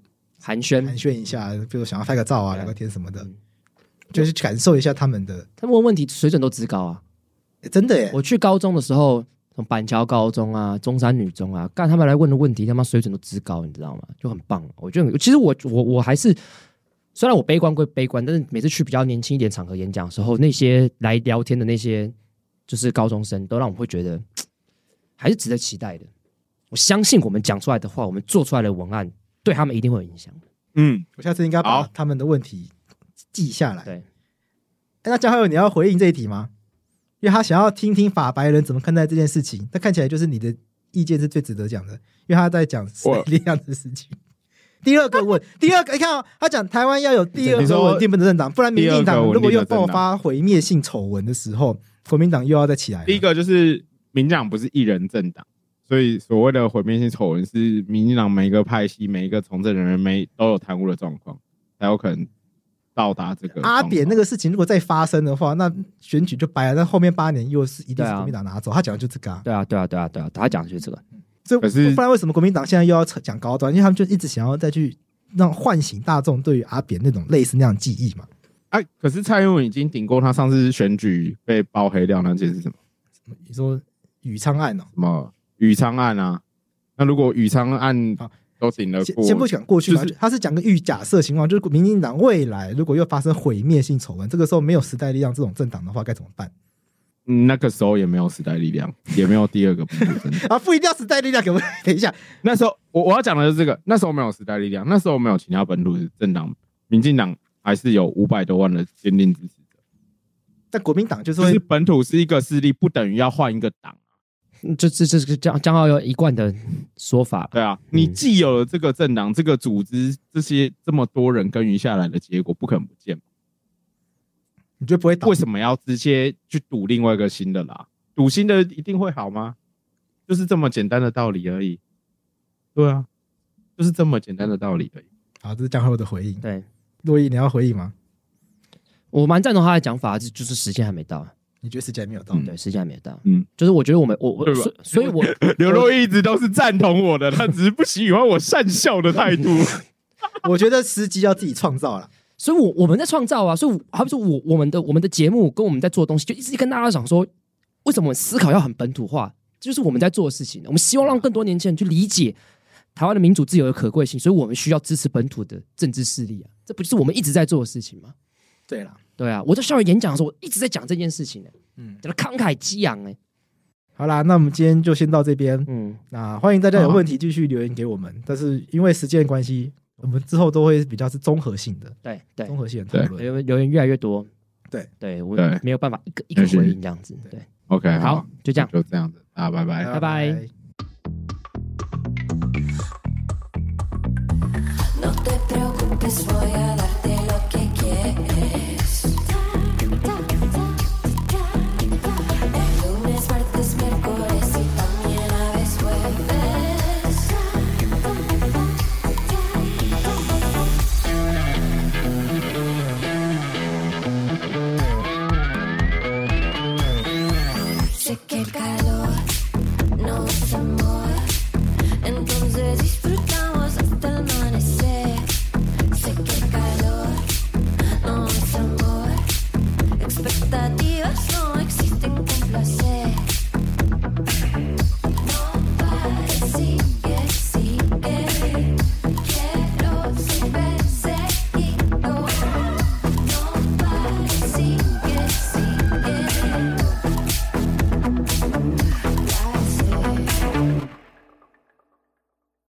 寒暄
寒。暄一下，比如想要拍个照啊，
对
聊个天什么的
嗯，
就是去感受一下他们的。
他们问问题水准都之高啊！
哎真的耶，
我去高中的时候，什么板桥高中啊、中山女中啊，干他们来问的问题，他妈水准都之高，你知道吗？就很棒。啊我觉得，其实我我我还是，虽然我悲观归悲观，但是每次去比较年轻一点场合演讲的时候，那些来聊天的那些就是高中生，都让我会觉得还是值得期待的。我相信我们讲出来的话，我们做出来的文案，对他们一定会有影响。
嗯，
我下次应该把
好
他们的问题记下来。
对，
哎那江浩友，你要回应这一题吗？因为他想要听听法白人怎么看待这件事情，但看起来就是你的意见是最值得讲的，因为他在讲时代力量的事情。第二个问，第二个，你看哦，他讲台湾要有第二
你
个
说
稳定的政党，不然民进
第二
党
个稳
如
定的
果又爆
政
发毁灭性丑闻的时候，国民党又要再起来了。
第一个就是民进党不是一人政党，所以所谓的毁灭性丑闻是民进党每一个派系、每一个从政人员每都有贪污的状况，才有可能到达这个
阿扁那
个。
个事情如果再发生的话，那选举就掰了。那后面八年又是一定
对
是
啊
国民党拿走。他讲的就这个啊，
对啊，对啊，对啊，对啊，他讲的就是这个。
所以
可是
不然为什么国民党现在又要扯讲高端？因为他们就一直想要再去让唤醒大众对于阿扁那种类似那样的记忆嘛。
哎、可是蔡英文已经顶过他上次选举被爆黑掉那件是什么？
你说宇昌案哦，
什么宇昌案啊，那如果宇昌案
好
都顶得
先
呃过，
先不讲过去嘛，
就是
他是讲个预假设情况，就是民进党未来如果又发生毁灭性丑闻，这个时候没有时代力量这种政党的话，该怎么办？
嗯那个时候也没有时代力量，也没有第二个民主政党。
啊，不一定要时代力量，给我 等一下，
那时候我我要讲的是这个，那时候没有时代力量，那时候没有其他本土政党，民进党还是有五百多万的坚定支持者。
但国民党就是
所
会
以本土是一个势力，不等于要换一个党。啊
这这这是江江浩有一贯的说法，
对啊，你
嗯
既有了这个政党、这个组织、这些这么多人耕耘下来的结果，不可能不见。
你就不会倒
为。什么要直接去赌另外一个新的啦？赌新的一定会好吗？就是这么简单的道理而已。对啊，就是这么简单的道理而已。
好，这是江浩的回应。
对
洛伊，你要回应吗？
我蛮赞同他的讲法，就就是时间还没到，
你觉得时间还没有到？
嗯
对，时间还没到，
嗯
嗯，就是我觉得我们我我
对吧
所以所以 我
刘若英一直都是赞同我的，他只是不喜欢我善笑的态度。
我觉得时机要自己创造了。
所以我我们在创造啊，所以我好比说我我们的我们的节目跟我们在做的东西，就一直跟大家讲说，为什么思考要很本土化，这就是我们在做的事情。我们希望让更多年轻人去理解台湾的民主自由的可贵性，所以我们需要支持本土的政治势力啊，这不就是我们一直在做的事情吗？
对了，
对啊，我在校园演讲的时候，我一直在讲这件事情呢、
嗯，
讲的慷慨激昂呢、
好啦，那我们今天就先到这边。
嗯，
那欢迎大家有问题继续留言给我们，但是因为时间关系，我们之后都会比较是综合性的、
对对
综，合性的讨论。
留留言越来越多，
对
对，我
对哎
没有办法一个一个
没事
回应这样子，对，
OK，
好，，就这样。
就这样子，大家拜拜。
拜拜。
No te preocupes, voy a dar